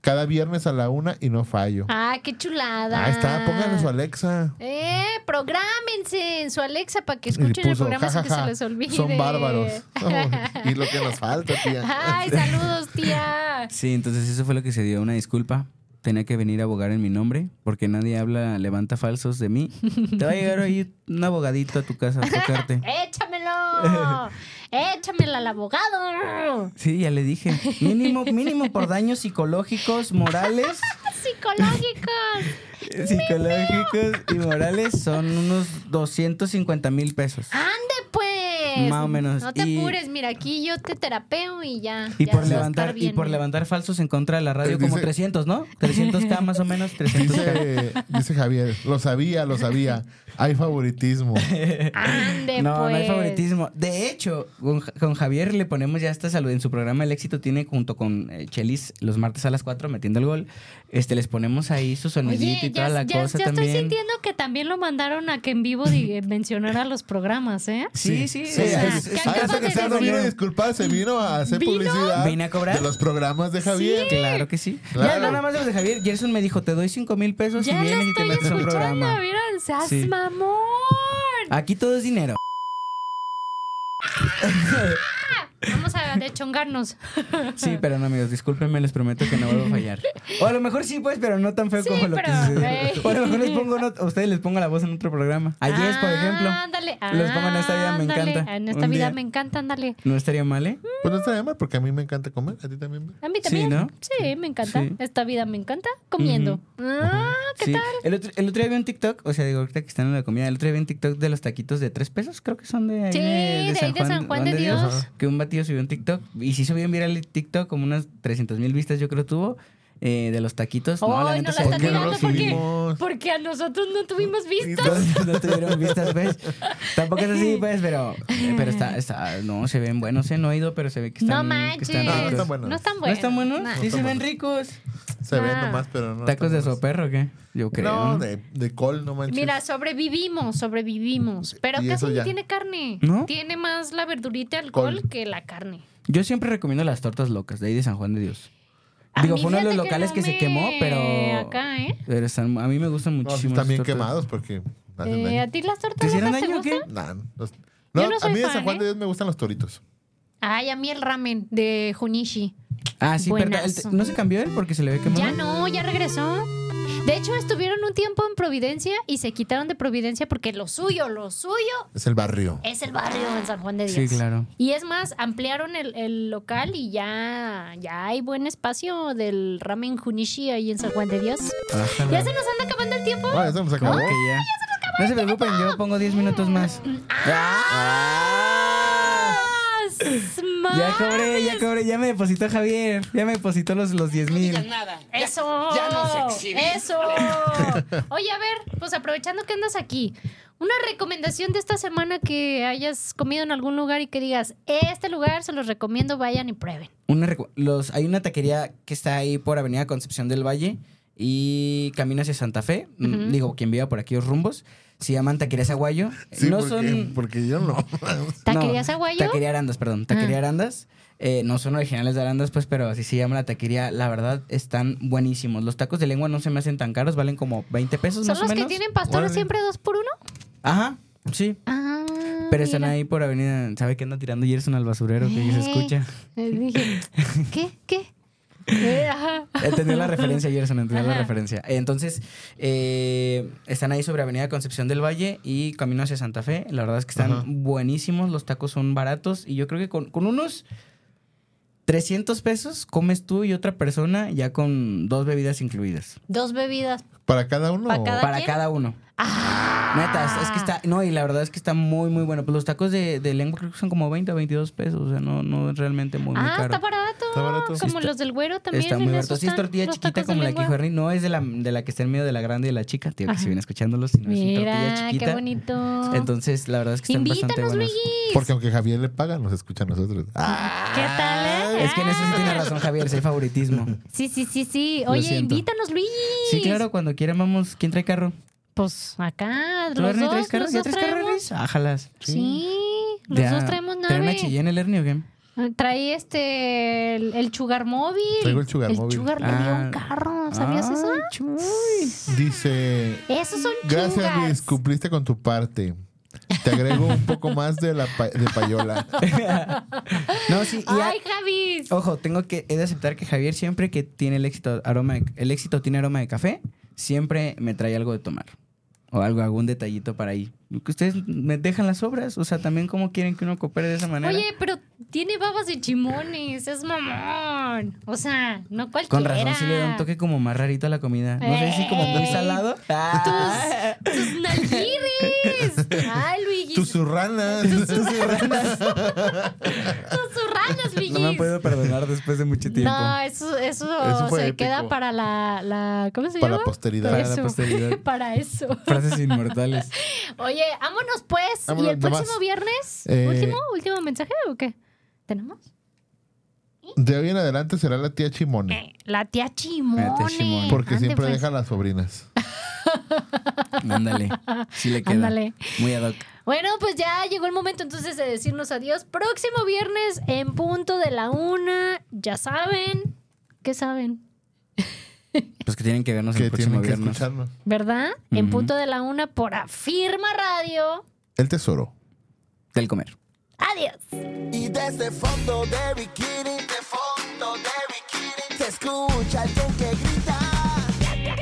Speaker 2: cada viernes a la una y no fallo.
Speaker 5: Ah, qué chulada.
Speaker 2: Ahí está, pónganle su Alexa.
Speaker 5: Eh, prográmense en su Alexa para que
Speaker 2: Y
Speaker 5: escuchen el
Speaker 2: puso,
Speaker 5: programa sin que
Speaker 2: "Ja, ja,
Speaker 5: se
Speaker 2: ja,
Speaker 5: les olvide.
Speaker 2: Son bárbaros. Oh, y lo que nos falta, tía.
Speaker 5: Ay, saludos, tía.
Speaker 11: Sí, entonces eso fue lo que se dio, una disculpa. Tenía que venir a abogar en mi nombre porque nadie habla, levanta falsos de mí. Te va a llegar ahí un abogadito a tu casa a tocarte.
Speaker 5: Échamelo. Échamela al abogado.
Speaker 11: Sí, ya le dije. Mínimo, mínimo por daños psicológicos, morales,
Speaker 5: Psicológicos.
Speaker 11: eh, psicológicos y morales son unos 250 mil pesos.
Speaker 5: Ande, pues.
Speaker 11: Más o menos.
Speaker 5: No te
Speaker 11: Y-
Speaker 5: apures, mira, aquí yo te terapeo y ya.
Speaker 11: Y
Speaker 5: ya
Speaker 11: por,
Speaker 5: vas a
Speaker 11: levantar,
Speaker 5: estar
Speaker 11: y
Speaker 5: bien.
Speaker 11: por levantar falsos en contra de la radio,
Speaker 2: Eh,
Speaker 11: como
Speaker 2: dice-
Speaker 11: 300, ¿no? 300k más o menos, 300k.
Speaker 2: Dice, dice Javier, lo sabía, lo sabía. Hay favoritismo.
Speaker 5: Ande,
Speaker 11: No,
Speaker 5: pues.
Speaker 11: no hay favoritismo. De hecho, con, Ja- con Javier le ponemos ya esta salud. En su programa El Éxito tiene junto con eh, Chelis los martes a las 4 metiendo el gol. Este, les ponemos ahí su sonidito
Speaker 5: Oye,
Speaker 11: y toda
Speaker 5: ya,
Speaker 11: la
Speaker 5: ya-
Speaker 11: cosa
Speaker 5: ya
Speaker 11: también.
Speaker 5: estoy sintiendo que también lo mandaron a que en vivo di- eh, mencionara los programas, ¿eh?
Speaker 11: Sí, sí.
Speaker 2: Sí,
Speaker 11: eh,
Speaker 2: es-
Speaker 11: es-
Speaker 5: que
Speaker 2: es-
Speaker 5: acaba
Speaker 2: hasta
Speaker 5: de
Speaker 2: que se no vino a
Speaker 11: decir-
Speaker 2: disculpar, se vino a hacer
Speaker 5: ¿Vino?
Speaker 2: publicidad
Speaker 11: Vine a cobrar.
Speaker 2: de los programas de Javier.
Speaker 11: Claro que sí. Ya
Speaker 2: Claro.
Speaker 11: no, nada más de los de Javier. Gerson me dijo, te doy 5 mil pesos
Speaker 5: Ya
Speaker 11: y
Speaker 5: lo
Speaker 11: vienes y te
Speaker 5: estoy
Speaker 11: metes a un
Speaker 5: escuchando,
Speaker 11: programa.
Speaker 5: mira, seas
Speaker 11: Sí.
Speaker 5: mamón.
Speaker 11: Aquí todo es dinero.
Speaker 5: Vamos a dechongarnos.
Speaker 11: Sí, pero no, amigos, discúlpenme, les prometo que no vuelvo a fallar. O a lo mejor sí, pues, pero no tan feo
Speaker 5: Sí,
Speaker 11: como lo que
Speaker 5: pero,
Speaker 11: sucedió.
Speaker 5: ey.
Speaker 11: O a lo mejor les pongo, en otro- a ustedes les pongo la voz en otro programa. A Jess,
Speaker 5: Ah.
Speaker 11: por ejemplo.
Speaker 5: Ándale,
Speaker 11: Los pongo en esta vida, me
Speaker 5: ándale,
Speaker 11: encanta.
Speaker 5: En esta
Speaker 11: Un
Speaker 5: vida
Speaker 11: día.
Speaker 5: me encanta, ándale.
Speaker 11: ¿No estaría mal, eh?
Speaker 2: Pues no está mal porque a mí me encanta comer, a ti también. Bea?
Speaker 5: A mí
Speaker 11: Sí,
Speaker 5: también. Sí,
Speaker 11: ¿no?
Speaker 5: me encanta.
Speaker 11: Sí.
Speaker 5: Esta vida me encanta comiendo. Ah, ¿qué
Speaker 11: Sí.
Speaker 5: tal?
Speaker 11: El otro, el otro día vi un TikTok, o sea, digo, ahorita que están en la comida, el otro día vi un TikTok de los taquitos de tres pesos, creo que son de ahí
Speaker 5: Sí, de ahí de San Juan de Dios.
Speaker 11: Ajá. Que un batido subió un TikTok y se hizo bien viral el TikTok, como unas 300 mil vistas, yo creo tuvo, eh, de los taquitos.
Speaker 5: Ay,
Speaker 11: la
Speaker 5: no
Speaker 11: neta
Speaker 5: la
Speaker 11: se
Speaker 5: están
Speaker 11: ve que
Speaker 2: no
Speaker 5: tirando
Speaker 2: lo
Speaker 5: porque,
Speaker 2: subimos.
Speaker 5: porque a nosotros no tuvimos vistas.
Speaker 11: No, no tuvieron vistas, pues. Tampoco es así, pues, pero, pero está, está, no, se ven buenos, eh, no he ido, pero se ve que
Speaker 5: No
Speaker 11: están, que
Speaker 5: manches.
Speaker 11: están
Speaker 2: No, no
Speaker 11: ricos.
Speaker 2: están buenos.
Speaker 5: No están
Speaker 11: ¿No están buenos?
Speaker 5: Nah.
Speaker 11: sí, se
Speaker 2: están
Speaker 11: ven ricos.
Speaker 2: Se ven
Speaker 5: Ah.
Speaker 2: nomás, pero no.
Speaker 11: ¿Tacos de
Speaker 2: estamos-
Speaker 11: soperro o qué? Yo creo.
Speaker 2: No, de, de col, no manches.
Speaker 5: Mira, sobrevivimos, sobrevivimos. Pero
Speaker 2: Y
Speaker 5: casi
Speaker 2: eso
Speaker 5: no
Speaker 2: ya.
Speaker 5: tiene carne.
Speaker 11: ¿No?
Speaker 5: Tiene más la verdurita y alcohol
Speaker 2: Col.
Speaker 5: que la carne.
Speaker 11: Yo siempre recomiendo las tortas locas de ahí de San Juan de Dios.
Speaker 5: A
Speaker 11: Digo,
Speaker 5: mí
Speaker 11: fue uno de los
Speaker 5: fíjate que
Speaker 11: locales
Speaker 5: no
Speaker 11: que se
Speaker 5: me-
Speaker 11: quemó, pero.
Speaker 5: acá, ¿eh?
Speaker 11: pero están- a mí me gustan
Speaker 2: no, sí
Speaker 11: muchísimo.
Speaker 2: están
Speaker 11: las
Speaker 2: bien
Speaker 11: tortas.
Speaker 2: quemados porque. hacen
Speaker 5: Eh,
Speaker 2: daño.
Speaker 5: ¿A ti las
Speaker 11: ¿Te
Speaker 5: tortas
Speaker 11: hicieron
Speaker 5: locas te
Speaker 11: daño o qué?
Speaker 5: gustan?
Speaker 2: Nah, no-
Speaker 5: Yo
Speaker 2: no,
Speaker 5: no
Speaker 2: a
Speaker 5: soy
Speaker 2: mí de
Speaker 5: fan,
Speaker 2: San Juan
Speaker 5: ¿eh?
Speaker 2: de Dios me gustan los toritos.
Speaker 5: Ay, a mí el ramen de Junishi.
Speaker 11: Ah, sí, pero
Speaker 5: Buenazo.
Speaker 11: ¿No se cambió él porque se le ve quemado?
Speaker 5: Ya no, ya regresó. De hecho, estuvieron un tiempo en Providencia y se quitaron de Providencia porque lo suyo, lo suyo
Speaker 2: Es el barrio.
Speaker 5: es el barrio en San Juan de Dios.
Speaker 11: Sí, claro.
Speaker 5: Y es más, ampliaron el, el local y ya, ya hay buen espacio del ramen Junishi ahí en San Juan de Dios.
Speaker 11: Bájala.
Speaker 5: Ya se nos anda acabando el tiempo.
Speaker 2: Ah, eso nos
Speaker 11: Como
Speaker 2: acabó.
Speaker 11: que ya. No se preocupen, yo pongo 10 minutos más. ¡Ah!
Speaker 5: ¡Smas!
Speaker 11: Ya cobré, ya cobré, ya me depositó Javier. Ya me depositó los, los 10 mil.
Speaker 5: Eso.
Speaker 3: ya nos exhibí.
Speaker 5: Eso. Oye, a ver, pues aprovechando que andas aquí, una recomendación de esta semana que hayas comido en algún lugar y que digas, este lugar se los recomiendo, vayan y prueben.
Speaker 11: Una recu- los, hay una taquería que está ahí por Avenida Concepción del Valle. y camino hacia Santa Fe. Mm,
Speaker 5: Ujú.
Speaker 11: Digo, quien viva por aquellos rumbos. Se llaman Taquerías Aguayo.
Speaker 2: Sí,
Speaker 11: no
Speaker 2: porque,
Speaker 11: son.
Speaker 2: porque yo no.
Speaker 5: ¿Taquerías Aguayo? Ah.
Speaker 11: Taquería Arandas, perdón. Taquería Arandas. Eh, no son originales de Arandas, pues, pero así se llama la taquería. La verdad, están buenísimos. Los tacos de lengua no se me hacen tan caros, valen como 20 pesos
Speaker 5: ¿Son
Speaker 11: más o
Speaker 5: los
Speaker 11: menos.
Speaker 5: que tienen pastores
Speaker 11: Órale.
Speaker 5: siempre dos por uno?
Speaker 11: Ajá, sí.
Speaker 5: Ah,
Speaker 11: Pero están
Speaker 5: mira.
Speaker 11: ahí por avenida. ¿Sabe qué anda tirando Gerson al basurero que se
Speaker 5: Ey.
Speaker 11: escucha?
Speaker 5: Eh, Dije, ¿qué? ¿Qué? Eh, ajá.
Speaker 11: Entendió la referencia, Gerson, entendió la
Speaker 5: Ajá.
Speaker 11: referencia. Entonces, eh, están ahí sobre Avenida Concepción del Valle y camino hacia Santa Fe. La verdad es que están
Speaker 2: Ajá.
Speaker 11: buenísimos, los tacos son baratos y yo creo que con, con unos 300 pesos comes tú y otra persona ya con dos bebidas incluidas.
Speaker 5: Dos bebidas.
Speaker 2: ¿Para cada uno?
Speaker 5: ¿Para cada
Speaker 11: para
Speaker 5: quien?
Speaker 11: cada uno.
Speaker 5: Ah.
Speaker 11: Neta, es- es que está, no, y la verdad es que está muy, muy bueno. Pues los tacos de, de lengua creo que son como 20 o 22 pesos, o sea, no, no es realmente muy, muy
Speaker 5: ah,
Speaker 11: caro.
Speaker 5: está barato.
Speaker 2: Está barato.
Speaker 5: Como
Speaker 11: Está-
Speaker 5: los del güero también.
Speaker 11: Está
Speaker 5: en
Speaker 11: muy
Speaker 5: eso
Speaker 11: barato. Sí, es
Speaker 5: están
Speaker 11: tortilla
Speaker 5: los
Speaker 11: chiquita
Speaker 5: tacos de
Speaker 11: como la que
Speaker 5: lengua.
Speaker 11: Juerni. No es de la, de la que está en medio de la grande y de la chica, tío, que
Speaker 5: Ajá.
Speaker 11: si vienen escuchándolos, sino es una tortilla
Speaker 5: Mira,
Speaker 11: chiquita.
Speaker 5: qué bonito.
Speaker 11: Entonces, la verdad es que están bastante
Speaker 5: Invítanos,
Speaker 11: buenos.
Speaker 5: Luigi.
Speaker 2: Porque aunque Javier le paga, nos escucha a nosotros. Ah,
Speaker 5: ¿Qué tal, eh?
Speaker 11: Es que en eso sí tiene razón, Javier, es el favoritismo.
Speaker 5: Sí, sí, sí, sí.
Speaker 11: Lo
Speaker 5: Oye,
Speaker 11: siento.
Speaker 5: invítanos, Luigi.
Speaker 11: Sí, claro, cuando quieran vamos. ¿Quién trae carro?
Speaker 5: Pues acá,
Speaker 11: ¿Tú,
Speaker 5: los
Speaker 11: Ernie,
Speaker 5: dos,
Speaker 11: traes carro?
Speaker 5: los
Speaker 11: ¿Ya
Speaker 5: dos
Speaker 11: traes carro,
Speaker 5: traemos.
Speaker 11: Ernie? Ájalas.
Speaker 5: Sí, los
Speaker 11: Ya,
Speaker 5: dos traemos
Speaker 11: ¿Trae una
Speaker 5: nave.
Speaker 11: chillena el Ernie o qué?
Speaker 5: Ah, Trae este, el, el Sugar Móvil.
Speaker 2: Traigo el Sugar Móvil.
Speaker 5: El Sugar le dio
Speaker 11: Ah.
Speaker 5: un carro, ¿sabías
Speaker 11: Ay,
Speaker 5: eso?
Speaker 2: Dice,
Speaker 5: Ah, Esos son
Speaker 2: gracias
Speaker 5: Sugars.
Speaker 2: Luis, cumpliste con tu parte. Te agrego un poco más de la pa- de payola.
Speaker 11: No, sí. y Oh, a-
Speaker 5: Ay, Javis.
Speaker 11: Ojo, tengo que he de aceptar que Javier siempre que tiene el éxito aroma de- el éxito tiene aroma de café, siempre me trae algo de tomar o algo algún detallito para ahí. Que ustedes me dejan las obras, o sea, también cómo quieren que uno coopere de esa manera.
Speaker 5: Oye, pero tiene babas de chimones, es mamón. O sea, no cualquiera.
Speaker 11: Con razón sí le da un toque como más rarito a la comida. No sé si como muy
Speaker 5: Ey.
Speaker 11: salado. Ah.
Speaker 5: Tus, tus nalguiris. Ay, Luigi.
Speaker 2: Tus
Speaker 5: Tus,
Speaker 2: zurranas.
Speaker 5: zurranas, Luigi.
Speaker 11: No me han podido perdonar después de mucho tiempo.
Speaker 5: No, eso, eso,
Speaker 2: Eso fue
Speaker 5: se
Speaker 2: épico.
Speaker 5: queda para la, la- ¿Cómo se
Speaker 2: Para la
Speaker 5: llama?
Speaker 2: posteridad.
Speaker 11: Para la
Speaker 5: Eso.
Speaker 11: posteridad.
Speaker 5: para eso.
Speaker 11: Frases inmortales.
Speaker 5: Oye, vámonos pues.
Speaker 2: Vámonos,
Speaker 5: ¿Y el
Speaker 2: nomás.
Speaker 5: próximo viernes?
Speaker 2: Eh,
Speaker 5: ¿Último? ¿Último mensaje o qué? ¿Tenemos?
Speaker 2: De hoy en adelante será la tía Chimone.
Speaker 5: Eh, La tía Chimone.
Speaker 11: La tía Chimone.
Speaker 2: Porque
Speaker 5: Ande,
Speaker 2: siempre
Speaker 5: pues.
Speaker 2: deja a las sobrinas.
Speaker 11: Ándale. Sí le queda.
Speaker 5: Ándale.
Speaker 11: Muy ad hoc.
Speaker 5: Bueno, pues ya llegó el momento entonces de decirnos adiós. Próximo viernes en punto de la una. Ya saben. ¿Qué saben?
Speaker 11: Pues que tienen que vernos el
Speaker 2: Que tienen
Speaker 11: próximo
Speaker 2: que
Speaker 11: viernes.
Speaker 2: escucharnos.
Speaker 5: ¿Verdad? En
Speaker 11: Ujú.
Speaker 5: punto de la una por Afirma Radio.
Speaker 2: El tesoro.
Speaker 11: Del comer.
Speaker 5: Adiós.
Speaker 13: Y desde fondo de bikini, de fondo de bikini, se escucha alguien que grita.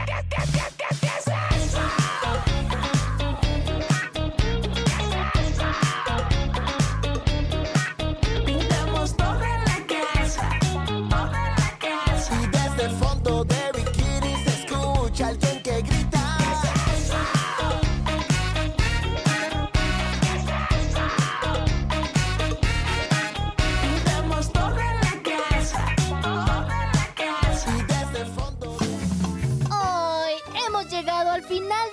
Speaker 13: Pintamos todo en la casa, todo en la casa. Y desde el fondo de bikini se escucha alguien que grita. Pintamos todo en la casa, todo en la casa. Y desde el fondo de
Speaker 1: Hoy hemos llegado al final